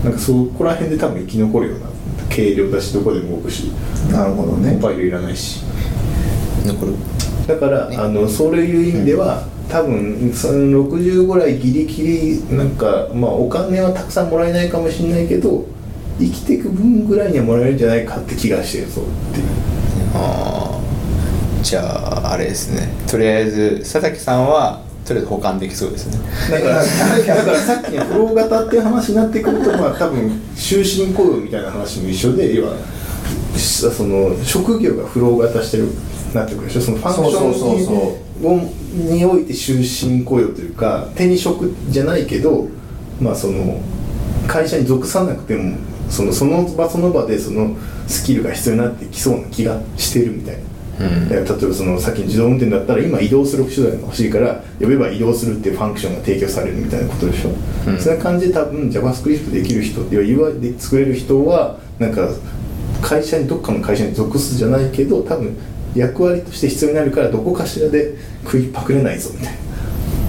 Speaker 3: なんかそこら辺で多分生き残るような軽量だしどこでも動くし
Speaker 1: なるほどね
Speaker 3: コンパイルいらないし
Speaker 2: 残る
Speaker 3: だから、あのそういう意味では、多分その60ぐらいギリギリなんか、まあ、お金はたくさんもらえないかもしれないけど生きていく分ぐらいにはもらえるんじゃないかって気がしてるぞっていう
Speaker 2: あーじゃああれですねとりあえず佐竹さんはとりあえず保管できそうですね
Speaker 3: だからだからさっきのフロー型っていう話になってくるとまあ多分終身雇用みたいな話も一緒で要はしその職業がフロー型してるなってくるでしょそのファンクションに
Speaker 1: そうそうそうそ
Speaker 3: をにおいて終身雇用というか手に職じゃないけどまあその会社に属さなくてもそのその場その場でそのスキルが必要になってきそうな気がしてるみたいな。
Speaker 2: うん
Speaker 3: 例えばそのさっきの自動運転だったら今移動する手段が欲しいから呼べば移動するっていうファンクションが提供されるみたいなことでしょ、
Speaker 2: うん
Speaker 3: そんな感じで多分 JavaScript できる人っていう UI で作れる人はなんか会社にどっかの会社に属すじゃないけど多分役割として必要になるからどこかしらで食いパクれないぞみたいな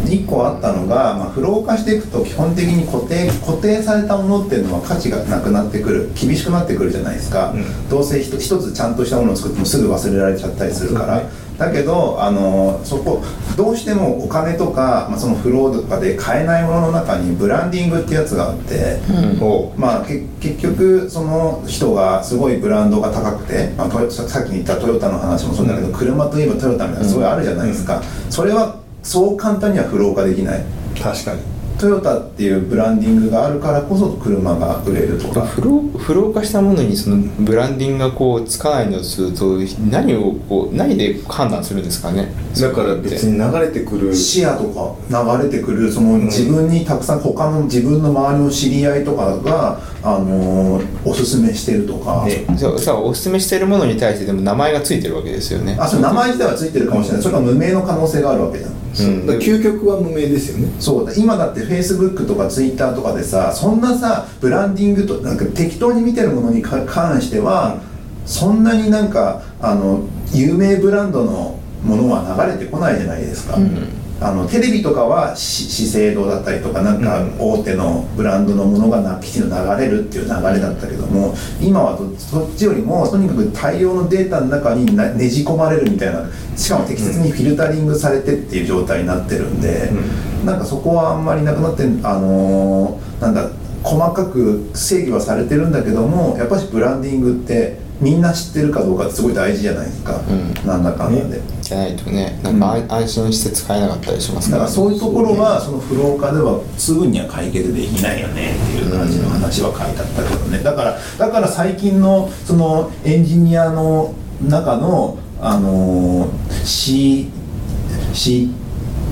Speaker 1: 1個あったのが、まあ、不老化していくと基本的に固定固定されたものっていうのは価値がなくなってくる厳しくなってくるじゃないですか、
Speaker 3: うん
Speaker 1: どうせ一一つちゃんとしたものを作ってもすぐ忘れられちゃったりするから、
Speaker 3: そう
Speaker 1: だけどあのそこどうしてもお金とか、まあ、その不老とかで買えないものの中にブランディングってやつがあって、
Speaker 2: うん
Speaker 1: まあ、け結局その人がすごいブランドが高くて、まあ、トヨささっき言ったトヨタの話もそうだけど、車といえばトヨタみたいなすごいあるじゃないですか、それはそう簡単には不老化できない
Speaker 3: 確かに
Speaker 1: トヨタっていうブランディングがあるからこそ車が売れるとか
Speaker 2: 不老不老化したものにそのブランディングがこうつかないのとすると何をこう何で判断するんですかね
Speaker 3: だから別に流れてくる
Speaker 1: 視野とか流れてくるその自分にたくさん他の自分の周りの知り合いとかが、あのーおすすめしてるとか、
Speaker 3: ね
Speaker 2: そうさあおすすめしてるものに対してでも名前がついてるわけですよね
Speaker 1: あそれ名前自体はついてるかもしれないそれが無名の可能性があるわけじゃん
Speaker 2: うん
Speaker 3: だから究極は無名ですよね
Speaker 1: そう今だってフェイスブックとかツイッターとかでさそんなさブランディングとなんか適当に見てるものにか関してはそんなになんかあの有名ブランドのものは流れてこないじゃないですか、
Speaker 2: うん
Speaker 1: あのテレビとかはし資生堂だったりとかなんか
Speaker 2: うん
Speaker 1: 大手のブランドのものがなきちんと流れるっていう流れだったけども今はどそっちよりもとにかく大量のデータの中になねじ込まれるみたいなしかも適切にフィルタリングされてっていう状態になってるんで、なんかそこはあんまりなくなってんあのーなんだ細かく制御はされてるんだけどもやっぱりブランディングってみんな知ってるかどうかってすごい大事じゃないですか、
Speaker 2: うん
Speaker 1: なんだかんだで。
Speaker 2: じゃないとねなんか、
Speaker 1: うん
Speaker 2: 安心して使えなかったりしますか
Speaker 1: だ
Speaker 2: ら
Speaker 1: からそういうところはそのフロー化ではすぐには解決できないよねっていう感じの話は書いてあったけどねだからだから最近のそのエンジニアの中のあのー C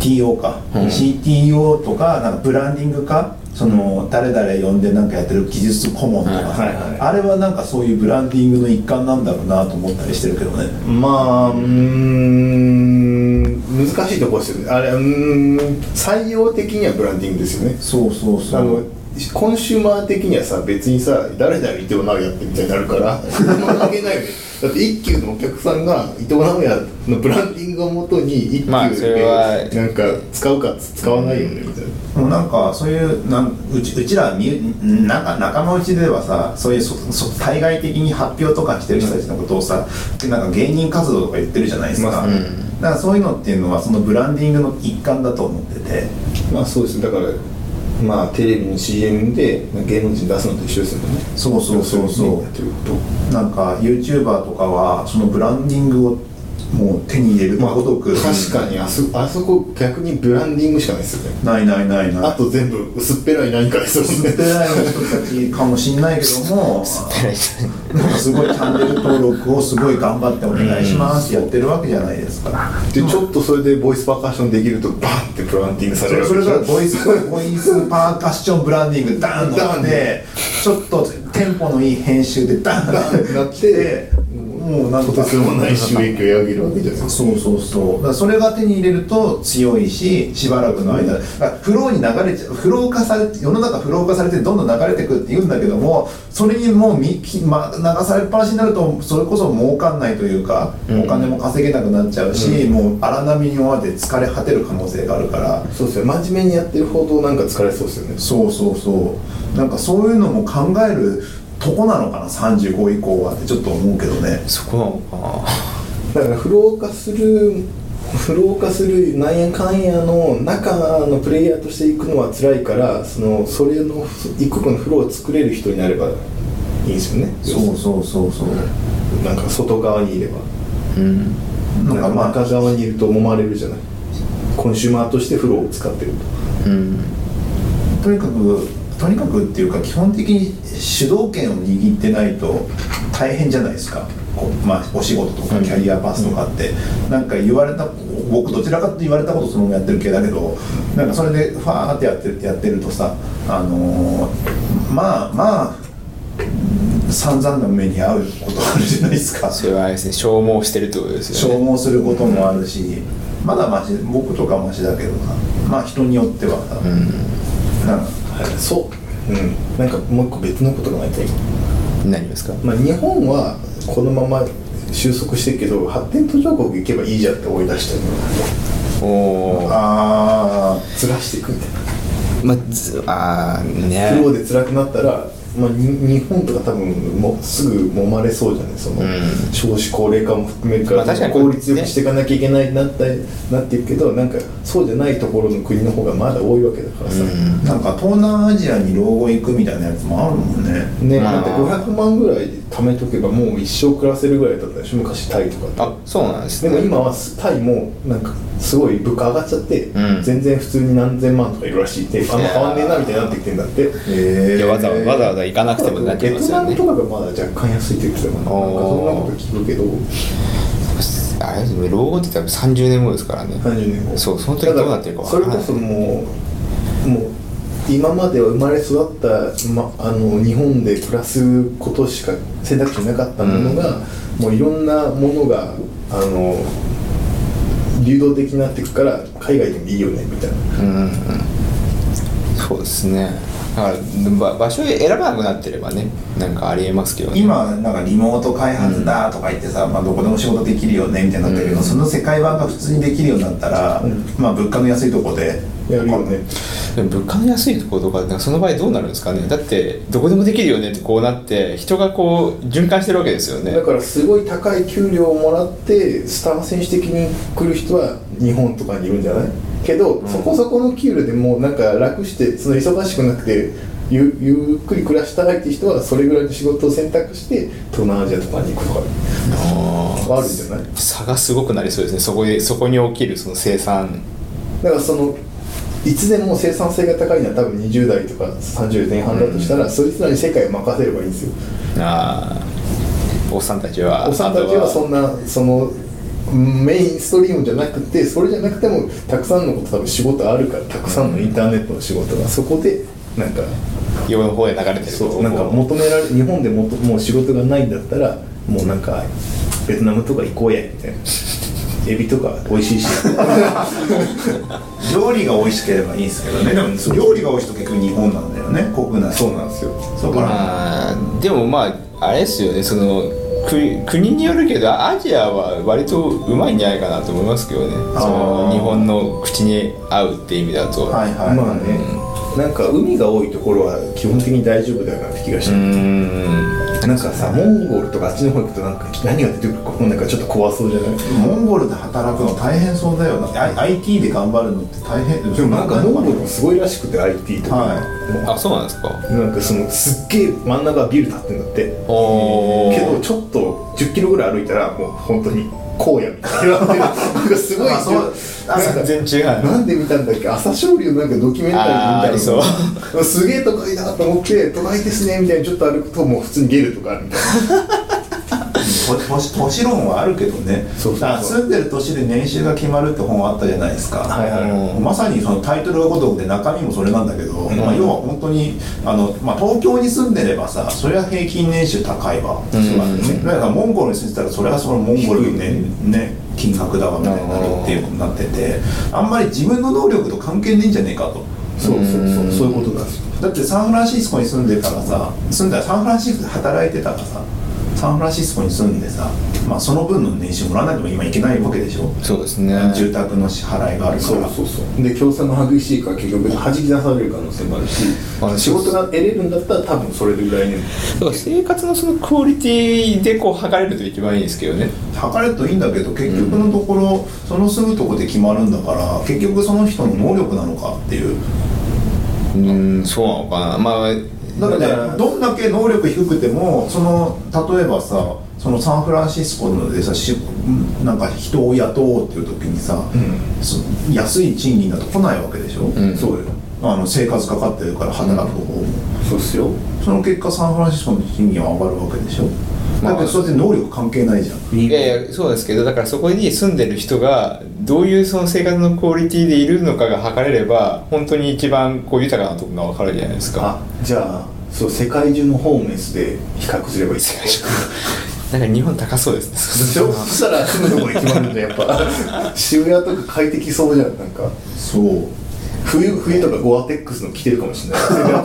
Speaker 1: CTO か、
Speaker 2: うん
Speaker 1: CTO とかなんかブランディングかその誰々呼んでなんかやってる技術顧問とか、
Speaker 2: はい
Speaker 3: はいはい
Speaker 1: あれはなんかそういうブランディングの一環なんだろうなと思ったりしてるけどね
Speaker 3: まあうーん難しいところですよねあれうーん採用的にはブランディングですよね
Speaker 1: そうそう
Speaker 3: あ
Speaker 1: そう
Speaker 3: のコンシューマー的にはさ別にさ誰々伊藤直哉ってみたいになるから何も関係ないよね だって一休のお客さんが伊藤直哉のブランディングをもとに一休で、
Speaker 2: まあそれは
Speaker 3: なんか使うか使わないよねみたいな
Speaker 1: もうなんかそういうなんうちうちらみなんか仲間内ではさそういうそそ対外的に発表とかしてる人たちのことをさ、なんか芸人活動とか言ってるじゃないですか、
Speaker 3: まあ
Speaker 2: うん
Speaker 1: だからそういうのっていうのはそのブランディングの一環だと思ってて
Speaker 3: まあそうですねだからまあテレビの CM で芸能人出すのと一緒ですもんね
Speaker 1: そうそうそうそ
Speaker 3: ということ
Speaker 1: うなんか YouTuber とかはそのブランディングをもう手に入れる
Speaker 3: まあ
Speaker 1: ごとく、
Speaker 3: 確かにあそあそこ逆にブランディングしかないですよね
Speaker 1: ないないないない
Speaker 3: あと全部薄っぺらい何かですよ
Speaker 1: 知っ
Speaker 3: ね
Speaker 1: てない人たちかもしんないけども
Speaker 2: 偉い
Speaker 1: なんかすごいチャンネル登録をすごい頑張ってお願いしますってやってるわけじゃないですか
Speaker 3: でちょっとそれでボイスパーカッションできるとバンってブランディングさ
Speaker 1: そ
Speaker 3: れ
Speaker 1: れ
Speaker 3: る
Speaker 1: それ
Speaker 3: でし
Speaker 1: が
Speaker 3: ょ
Speaker 1: ボイスボイスパーカッションブランディングダーンと
Speaker 3: ダー
Speaker 1: な
Speaker 3: ン
Speaker 1: って
Speaker 3: ね
Speaker 1: ちょっとテンポのいい編集でダーンと
Speaker 3: な
Speaker 1: な
Speaker 3: っ
Speaker 1: っててもうなん
Speaker 3: と
Speaker 1: か
Speaker 3: てつもない収益を上げるわけじゃないですか
Speaker 1: そうそうそうだからそれが手に入れると強いししばらくの間だからフローに流れちゃうフロー化されて世の中フロー化されてどんどん流れてくって言うんだけどもそれにもうみき、ま、流されっぱなしになるとそれこそ儲かんないというか、
Speaker 2: うん
Speaker 1: お金も稼げなくなっちゃうし、もう荒波に追われて疲れ果てる可能性があるから
Speaker 3: そうですね真面目にやってるほどなんか疲れそうですよね
Speaker 1: そうそうそうなんかそういうのも考えるとこなのかな35以降はってちょっと思うけどね
Speaker 2: そこなのか
Speaker 3: だから不老化する不老化するなんやかんやの中のプレイヤーとしていくのは辛いからそのそれの一個のフローを作れる人になればいいですよね
Speaker 1: そうそうそうそう、
Speaker 3: なんか外側にいれば
Speaker 2: なうん
Speaker 1: な
Speaker 3: なんん
Speaker 1: か
Speaker 3: か
Speaker 1: まあ
Speaker 3: 中側にいると思われるじゃないコンシューマーとしてフローを使ってる
Speaker 2: うん
Speaker 1: とにかくとにかくっていうか基本的に主導権を握ってないと大変じゃないですかこう、まあ、お仕事とか
Speaker 2: うん
Speaker 1: キャリアパスとかって、なんか言われた僕どちらかと言われたことそのままやってる系だけどなんかそれでファーってやってるやってるとさあのーまあまあ散々な目に遭うことあるじゃないですか
Speaker 2: それはあれですね消耗してるってことです
Speaker 1: 消
Speaker 2: よね
Speaker 1: 耗することもあるしまだマシ僕とかマシだけどさまあ人によってはさ、なんか
Speaker 3: はいそううんなんかもう一個別のことがないと
Speaker 2: うんなりますか
Speaker 3: まあ、日本はこのまま収束してるけど発展途上国行けばいいじゃんって思い出して
Speaker 2: おおー
Speaker 1: ああ
Speaker 3: ずらしていくみたい
Speaker 2: ま
Speaker 3: な
Speaker 2: あずあーね
Speaker 3: 苦労で辛くなったら、まあ、に日本とか多分もうすぐ揉まれそうじゃないその、
Speaker 2: うん
Speaker 3: 少子高齢化も含めるか
Speaker 2: ま
Speaker 3: ら、
Speaker 2: あ確かに
Speaker 3: 効率よくしていかなきゃいけないなってなっていくけどなんかそうじゃないところの国の方がまだ多いわけだからさ、
Speaker 2: うん
Speaker 1: なんか東南アジアに老後行くみたいなやつもあるもんね
Speaker 3: ね
Speaker 2: まあ
Speaker 3: だって500万ぐらい貯めとけばもう一生暮らせるぐらいだったでしょ昔タイとかって
Speaker 2: あそうなんです
Speaker 3: で
Speaker 2: ね
Speaker 3: も今はすタイもなんかすごい物価上がっちゃって、
Speaker 2: うん
Speaker 3: 全然普通に何千万とかいるらしいってあんま変わんねえなみたいになってきてんだって
Speaker 1: へ
Speaker 2: いやわざわざわざわ
Speaker 1: ざ
Speaker 2: ざ行かなくてもなって
Speaker 3: ベ
Speaker 2: ま
Speaker 3: ト
Speaker 2: す
Speaker 3: ナ
Speaker 2: よ
Speaker 3: ム
Speaker 2: ね
Speaker 3: とかがまだ若干安いって言ってたかななんかそんなこと聞くけど
Speaker 2: あれですね老後って多分30年後ですからね
Speaker 3: 30年後
Speaker 2: そうその時どうなってるかわ
Speaker 3: だ
Speaker 2: からら
Speaker 3: そ
Speaker 2: な
Speaker 3: れ
Speaker 2: い
Speaker 3: こそもうもう今までは生まれ育った、ま、あの日本で暮らすことしか選択肢なかったものが、もういろんなものがあの流動的になっていくから海外でもいいよねみたいな
Speaker 2: うんうんそうですねだからば場所を選ばなくなってればねなんかありえますけどね
Speaker 1: 今なんかリモート開発だとか言ってさ、まあ、どこでも仕事できるよねみたいになってるけど、
Speaker 2: うん
Speaker 1: その世界版が普通にできるようになったら、
Speaker 3: うん
Speaker 1: まあ物価の安いとこで
Speaker 3: やるよね
Speaker 2: でも物価の安いところとかなんかその場合どうなるんですかねだってどこでもできるよねってこうなって人がこう循環してるわけですよね
Speaker 3: だからすごい高い給料をもらってスター選手的に来る人は日本とかにいるんじゃないけど、
Speaker 2: ん
Speaker 3: そこそこの給料でもうなんか楽してその忙しくなくてゆゆっくり暮らしたいって人はそれぐらいの仕事を選択して東南アジアとかに行くとか
Speaker 2: あー
Speaker 3: はあるんじゃない
Speaker 2: 差がすごくなりそうですねそこでそこに起きるその生産
Speaker 3: だからそのいつでも生産性が高いのは多分20代とか30前半だとしたら、そいつらに世界を任せればいいんですよ
Speaker 2: あーおっさんたちは
Speaker 3: おっさんたちはそ
Speaker 2: あ
Speaker 3: んなそのメインストリームじゃなくてそれじゃなくてもたくさんのこと多分仕事あるからたくさんのインターネットの仕事がそこでなん
Speaker 2: と
Speaker 3: か
Speaker 2: は世の方へ流れてる
Speaker 3: そうなんか求められ日本でもともう仕事がないんだったらもうなんかベトナムとか行こうやみ たいなエビとか美味しいし
Speaker 1: 料理が美味しければいいんですけどねでも
Speaker 3: そう
Speaker 1: 料理が美味しいと結局日本なんだよね国内
Speaker 3: そうなんですよ
Speaker 1: そうから
Speaker 2: まあでもまああれですよねその国国によるけどアジアは割とうまいんじゃないかなと思いますけどねその日本の口に合うって意味だと、
Speaker 1: はいはい、
Speaker 3: まあねなんか海が多いところは基本的に大丈夫だよなって気がし
Speaker 2: う
Speaker 3: て、
Speaker 2: ーん
Speaker 3: なんかさモンゴルとかあっちの方行くとなんか何が出てくるかなんかちょっと怖そうじゃない
Speaker 1: モンゴルで働くの大変そうだよな I- IT で頑張るのって大変
Speaker 3: でもなんかモンゴ
Speaker 1: は
Speaker 3: ルもすごいらしくて IT とか、
Speaker 2: あそうなんですか
Speaker 3: なんかそのすっげえ真ん中はビル建ってんだって
Speaker 2: おー
Speaker 3: けどちょっと1 0キロぐらい歩いたらもう本当に荒野みたいになってるなんかすごい
Speaker 1: あそうあ
Speaker 3: なんか
Speaker 2: 全然違う
Speaker 3: なんで見たんだっけ朝青龍のなんかドキュメンタリー
Speaker 2: あーあ
Speaker 3: み
Speaker 2: り
Speaker 3: たい
Speaker 2: そう
Speaker 3: なのすげえ都会だと思って都会ですねみたいにちょっと歩くともう普通にゲルとかあるみたいな
Speaker 1: 都都市都市論はあるけどね
Speaker 3: そうそうそう
Speaker 1: だから住んでる都市で年収が決まるって本あったじゃないですか、
Speaker 3: はいはいはい
Speaker 2: うん
Speaker 1: まさにそのタイトルがごとくで中身もそれなんだけど、まあ、要は本当にあの、まあ、東京に住んでればさそれは平均年収高いわ、
Speaker 2: ん
Speaker 1: そうなんですねだからモンゴルに住んでたらそれはそのモンゴルのねね金額だわみたいになるっていうことになっててあんまり自分の能力と関係ねえんじゃねえかと。
Speaker 3: そうそうそうそういうことなんですよ
Speaker 1: だってサンフランシスコに住んでたらさ住んだらサンフランシスコで働いてたらさサンフランシスコに住んでさ、まあ、その分の年収もらわないとも今いけないわけでしょ、
Speaker 2: そうですね
Speaker 1: 住宅の支払いがあるか
Speaker 3: そう
Speaker 1: ら
Speaker 3: そうそうで共産も激しいから結局弾き出される可能性もあるし
Speaker 2: あ
Speaker 3: 仕事が得れるんだったら多分それぐらいね
Speaker 2: だから生活のそのクオリティでこう測れると一番いいんですけどね
Speaker 1: 測れるといいんだけど結局のところ、その住むとこで決まるんだから結局その人の能力なのかっていう
Speaker 2: うーんそうなのかなまあ
Speaker 1: だか
Speaker 3: だからら
Speaker 1: どんだけ能力低くてもその例えばさそのサンフランシスコのでさしなんか人を雇おうっていう時にさ、
Speaker 3: ん
Speaker 1: そ安い賃金だと来ないわけでしょ、
Speaker 2: うん
Speaker 3: そうよ
Speaker 1: あの生活かかってるから働く方も、
Speaker 3: そうっすよ
Speaker 1: その結果サンフランシスコの賃金は上がるわけでしょ
Speaker 2: まあ
Speaker 1: だけどそれって能力関係ないじゃん
Speaker 2: いやいやそうですけどだからそこに住んでる人がどういうその生活のクオリティでいるのかが測れれば本当に一番こう豊かなとこが分かるじゃないですか
Speaker 3: あじゃあそう世界中のホームレスで比較すればいい
Speaker 2: 世界中なんか日本高そうです
Speaker 3: で
Speaker 2: ね
Speaker 3: も そしたら住むとこに決まるんじゃんやっぱ 渋谷とか快適そうじゃんなんか
Speaker 1: そう
Speaker 3: 冬冬とかゴアテックスの着てるかもし れないそれであった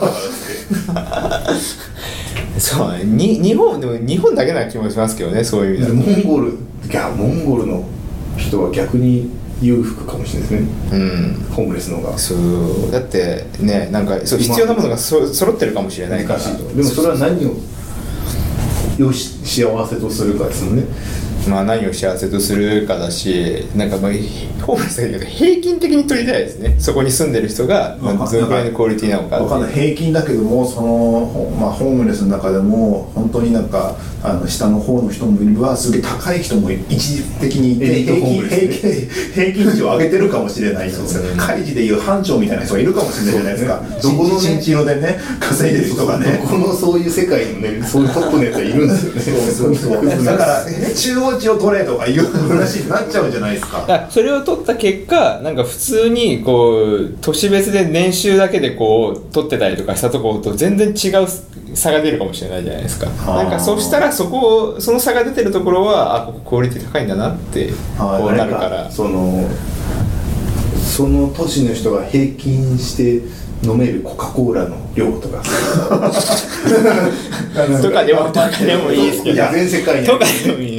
Speaker 3: からっつっ
Speaker 2: そうねに日本でも日本だけな気もしますけどねそういう意
Speaker 3: てで
Speaker 2: 味だ
Speaker 3: モンゴルいやモンゴルの人は逆に裕福かもしれないですね
Speaker 2: とうん
Speaker 3: ホームレスの方が
Speaker 2: そうだってねなんかそう必要なものがそ揃ってるかもしれないから
Speaker 3: 難しいとでもそれは何をよし幸せとするかですもんね
Speaker 2: まあ何を幸せとするかだしなんかまあホームレスだけど平均的に取りたいですねそこに住んでる人が
Speaker 1: まあ
Speaker 2: まあどのくらいのクオリティなのかっ
Speaker 1: わ
Speaker 2: ていう
Speaker 1: かんない平均だけどもその、ほまあ、ホームレスの中でも本当になんかあの下の方の人もいればすげえ高い人も一時的にい
Speaker 3: エ
Speaker 1: て
Speaker 3: リー
Speaker 1: 平
Speaker 3: トホー
Speaker 1: 均
Speaker 3: ムレ
Speaker 1: 平均
Speaker 3: ス
Speaker 1: 平均値を上げてるかもしれない人
Speaker 2: そうね
Speaker 1: 開示でいう班長みたいな人がいるかもしれないじゃないですか、
Speaker 3: そうね
Speaker 1: どこの
Speaker 3: どこのね
Speaker 1: 新地色でね稼いでる人がね
Speaker 3: どこのそういう世界にもねそういうトップのやつはいるんですよね
Speaker 1: そうそう そうだからえ中央値を取れとかいう話になっちゃうじゃないですか
Speaker 2: だからそれを取った結果なんか普通にこう都市別で年収だけでこう取ってたりとかしたところと全然違う差が出るかもしれないじゃないですか
Speaker 1: あー
Speaker 2: なんかそうしたらそこをその差が出てるところはあここクオリティ高いんだなって
Speaker 1: はい
Speaker 2: こう
Speaker 3: な
Speaker 2: なんる
Speaker 3: か
Speaker 2: から
Speaker 3: そのその都市の人が平均して飲めるコカ・コーラの量とか
Speaker 2: とかでもとかでもいいですけ
Speaker 3: い
Speaker 2: ど
Speaker 3: や全世界に
Speaker 2: とかでもいい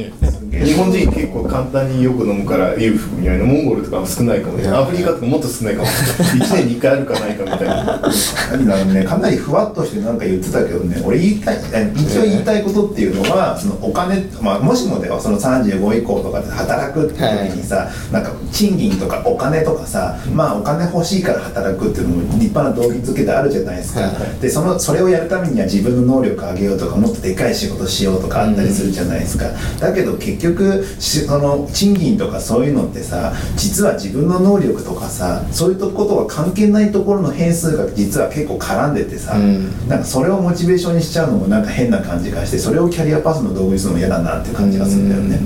Speaker 3: 日本人結構簡単によく飲むから裕福みたいなモンゴルとかも少ないかもねアフリカとかもっと少ないかも1年に1回あるかないかみ たいな
Speaker 1: 何だろうねかなりふわっとしてなんか言ってたけどね俺言いたいえ一応言いたいことっていうのはそのお金、まあ、もしもだよその35以降とかで働くって時にさ、なんか賃金とかお金とかさまあお金欲しいから働くっていうのも立派な動機づけであるじゃないですか、
Speaker 2: はい
Speaker 1: でそのそれをやるためには自分の能力を上げようとかもっとでかい仕事しようとかあったりするじゃないですか、だけど結局しその賃金とかそういうのってさ実は自分の能力とかさそういうことは関係ないところの変数が実は結構絡んでてさ、
Speaker 2: うん
Speaker 1: なんかそれをモチベーションにしちゃうのもなんか変な感じがしてそれをキャリアパスの道具にするのも嫌だなっていう感じがするんだよね、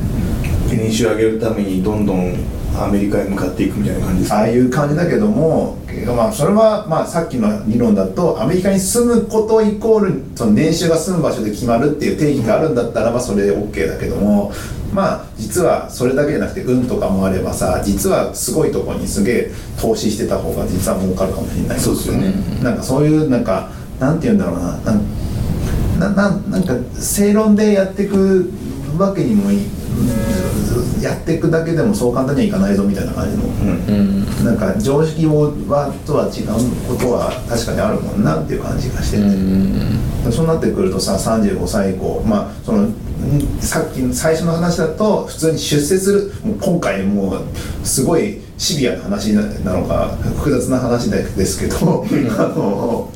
Speaker 3: 年収上げるためにどんどんアメリカへ向かっていくみたいな感じです
Speaker 1: あ
Speaker 3: か
Speaker 1: あいう感じだけども、まあ、それはまあさっきの理論だとアメリカに住むことイコールその年収が住む場所で決まるっていう定義があるんだったらばそれで OK だけどもまあ実はそれだけじゃなくて運とかもあればさ実はすごいとこにすげえ投資してた方が実は儲かるかもしれない
Speaker 3: そうですよね
Speaker 1: なんかそういうなんかなんて言うんだろうななんななんなんか正論でやっていくわけにもいやっていくだけでもそう簡単にはいかないぞみたいな感じの。
Speaker 3: うん
Speaker 2: うん
Speaker 1: なんか常識をはとは違うことは確かにあるもんなっていう感じがして
Speaker 2: う
Speaker 1: て、
Speaker 2: ん
Speaker 1: そうなってくるとさ35歳以降まあそのんさっきの最初の話だと普通に出世するもう今回もうすごいシビアな話なのか複雑な話ですけどあの。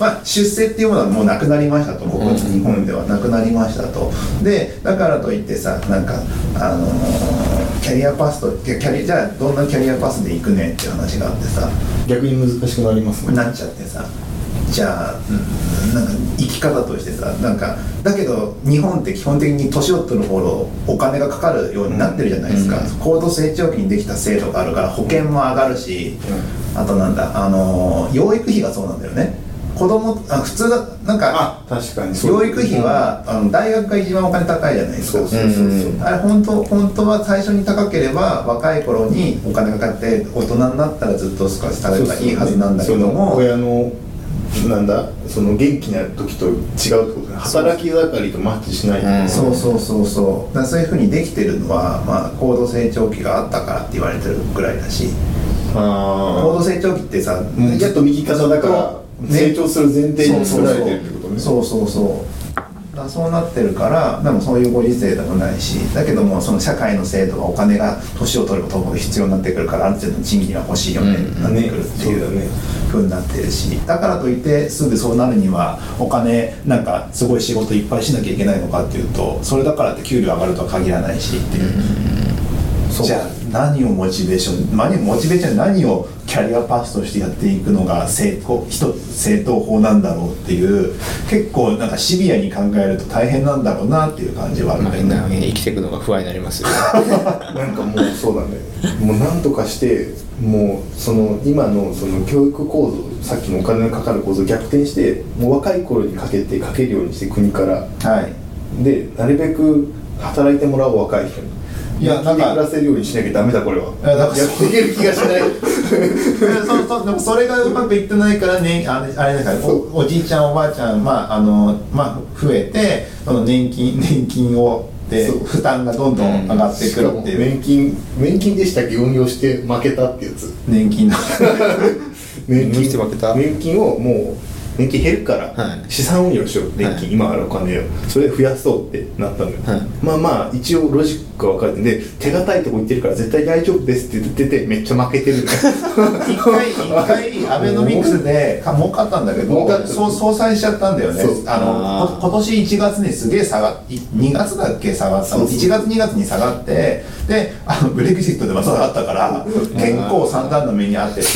Speaker 1: まあ、出世っていうものはもうなくなりましたと僕
Speaker 2: うん
Speaker 1: 日本ではなくなりましたとでだからといってさなんかあのーキャリアパスとキャキャリじゃあどんなキャリアパスで行くねっていう話があってさ
Speaker 3: 逆に難しくなりますね
Speaker 1: なっちゃってさじゃあうんなんか生き方としてさなんかだけど日本って基本的に年を取るほどお金がかかるようになってるじゃないですか、
Speaker 2: うん
Speaker 1: 高度成長期にできた制度があるから保険も上がるし、あとなんだあのー養育費がそうなんだよね子供あ普通だなんか
Speaker 3: あ確かにそう
Speaker 1: 養育費はあの大学が一番お金高いじゃないですか
Speaker 3: そうそうそうそう
Speaker 1: あれ本当本当は最初に高ければ若い頃にお金かかって大人になったらずっと少し食べればいいはずなんだけども
Speaker 3: その親のなんだその元気な時と違うってことね働き盛りとマッチしない、
Speaker 2: うん
Speaker 1: そうそうそうそうだからそういうふうにできてるのは、まあ、高度成長期があったからって言われてるぐらいだし高
Speaker 3: あ
Speaker 1: 度成長期ってさ
Speaker 3: あちょっと右肩だから
Speaker 1: ね
Speaker 3: 成長する前提に作られてるってことね
Speaker 1: そうそうそうだからそうなってるからでもそういうご時世でもないしだけどもその社会の制度はお金が年を取るとほど必要になってくるからある程度の賃金は欲しいよね、
Speaker 2: うん
Speaker 1: なってくるっていう
Speaker 3: ねそうだね
Speaker 1: ふうになってるしだからといってすぐそうなるにはお金なんかすごい仕事いっぱいしなきゃいけないのかっていうとそれだからって給料上がるとは限らないしっていう。
Speaker 3: そう
Speaker 1: じゃあ何をモチベーション何モチベーション何をキャリアパスとしてやっていくのが正当一つ正当法なんだろうっていう結構なんかシビアに考えると大変なんだろうなっていう感じはある
Speaker 2: ま
Speaker 1: ん
Speaker 2: あ
Speaker 1: だよ
Speaker 2: 変な
Speaker 1: ね
Speaker 2: 生きていくのが不安になりますよ
Speaker 3: なんかもうそうだねもうなんとかしてもうその今のその教育構造さっきのお金のかかる構造を逆転してもう若い頃にかけてかけるようにして国から
Speaker 1: はい
Speaker 3: でなるべく働いてもらおう若い人に
Speaker 1: いやなんか
Speaker 3: 生きて暮らせるようにしなきゃダメだこれは
Speaker 1: やなんか
Speaker 3: やっていける気がしない
Speaker 1: そうそうでもそれがうまくいってないからね あれあれだからおおじいちゃんおばあちゃんまああのまあ増えてその年金年金をで
Speaker 3: そう
Speaker 1: 負担がどんどん上がって
Speaker 3: し
Speaker 1: く
Speaker 3: か
Speaker 1: る
Speaker 3: も
Speaker 1: っていう、
Speaker 3: 年金年金でしたっけ運用して負けたってやつ
Speaker 1: 年金の
Speaker 3: 年
Speaker 2: 運用
Speaker 3: 金
Speaker 2: して負けた
Speaker 3: 年金をもう年金減るから、
Speaker 2: はい
Speaker 3: 資産運用しよう年
Speaker 2: は
Speaker 3: 金、
Speaker 2: い
Speaker 3: 今あるお金をそれ増やそうってなったのよ、
Speaker 2: はい
Speaker 3: まあまあ一応ロジックが分かれてんで手堅いとこ行ってるから絶対大丈夫ですって言っててめっちゃ負けてる
Speaker 1: 一回一 回アベノミクスでか儲かったんだけ
Speaker 3: 儲
Speaker 1: ど
Speaker 3: かった
Speaker 1: そう総裁しちゃったんだよね
Speaker 3: そう
Speaker 1: あ
Speaker 2: あ
Speaker 1: の
Speaker 2: ー
Speaker 1: こ今年1月にすげえ下がい2月だっけ下がったの
Speaker 3: そうそう
Speaker 1: 1月2月に下がってであのブレグジットでまた下がったから結構散々の目に遭ってて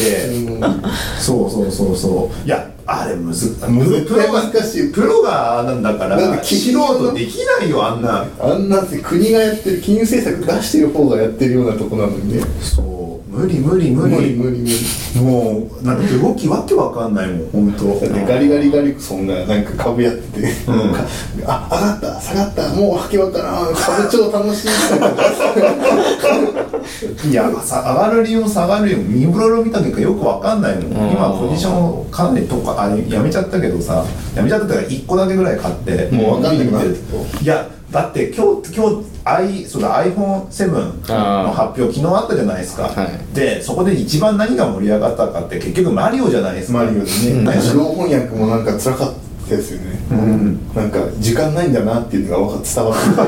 Speaker 1: そうそうそうそういやあれむず
Speaker 3: むず
Speaker 1: プロが
Speaker 3: 難しい
Speaker 1: プロがなんだから
Speaker 3: だって
Speaker 1: 素
Speaker 3: 金融の
Speaker 1: 人できないよあんな
Speaker 3: あんなんて国がやってる金融政策出してる方がやってるようなとこなのにね
Speaker 1: そう無理無理無
Speaker 3: 無理
Speaker 1: 理
Speaker 3: 無理無理
Speaker 1: もうなんか動きわけわかんないもん本当
Speaker 3: だってガリガリガリクソンがなんか株やってて、
Speaker 1: うん
Speaker 3: かあ上がった下がったもうわけわからん株超楽しい
Speaker 1: いやさ上がる理由も下がる理由もミブロロ見た結果よくわかんないもん、
Speaker 2: うん
Speaker 1: 今ポジションをかなりとかあれやめちゃったけどさやめちゃったっていうか1個だけぐらい買って
Speaker 3: もうわかんなくなる
Speaker 1: いやだって今日今日 i そうだ iPhone7
Speaker 2: あー
Speaker 1: の発表昨日あったじゃないですか、
Speaker 2: はい
Speaker 1: でそこで一番何が盛り上がったかって結局マリオじゃないですか
Speaker 3: マリオで
Speaker 1: う
Speaker 3: ね
Speaker 1: ん
Speaker 3: なんか自動翻訳もなんか辛かったですよね、
Speaker 1: うん
Speaker 3: なんか時間ないんだなっていうのが分か伝わってた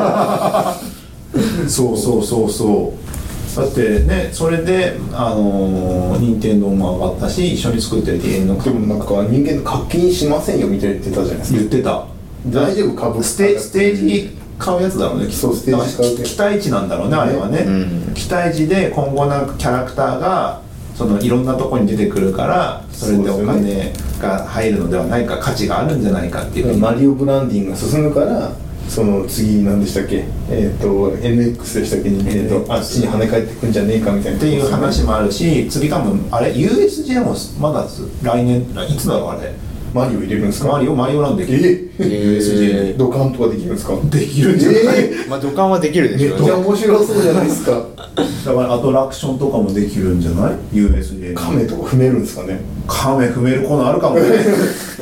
Speaker 1: そうそうそうそうだってねそれであのー、任天堂も上がったし一緒に作ってる芸能
Speaker 3: でもなんか人間の課金しませんよみたいに言ってたじゃないですか
Speaker 1: 言ってた
Speaker 3: 大丈夫株
Speaker 1: ステステージ買うやつだろうねきっと
Speaker 3: そうステージ買う
Speaker 1: だから期期待値なんだろうねあれはね、
Speaker 2: うん
Speaker 1: 期待値で今後なんかキャラクターがそのいろんなとこに出てくるからそれでお
Speaker 3: そうです
Speaker 1: 金が入るのではないか価値があるんじゃないかっていうふうに
Speaker 3: マリオブランディングが進むからその次何でしたっけえっ、と NX でしたっけ、えー、とあっちに跳ね返ってくんじゃねえかみたいな
Speaker 1: っていう話もあるし次多分あれ USJ もまだ来年いつだろうあれ
Speaker 3: マリオ入れるんですか
Speaker 1: マリオマリオなんで
Speaker 3: ええ
Speaker 1: USJ
Speaker 3: ドカンとかできるんですか
Speaker 1: できるんじゃない、
Speaker 3: え
Speaker 2: まあ土管はできるで
Speaker 3: め
Speaker 2: し
Speaker 3: っ
Speaker 2: ょう
Speaker 3: ちゃ
Speaker 2: ね
Speaker 3: 面白そうじゃないですか
Speaker 1: だからアトラクションとかもできるんじゃない USJ
Speaker 3: カメとか踏めるんですかね
Speaker 1: カメ踏めるコーナーあるかも ね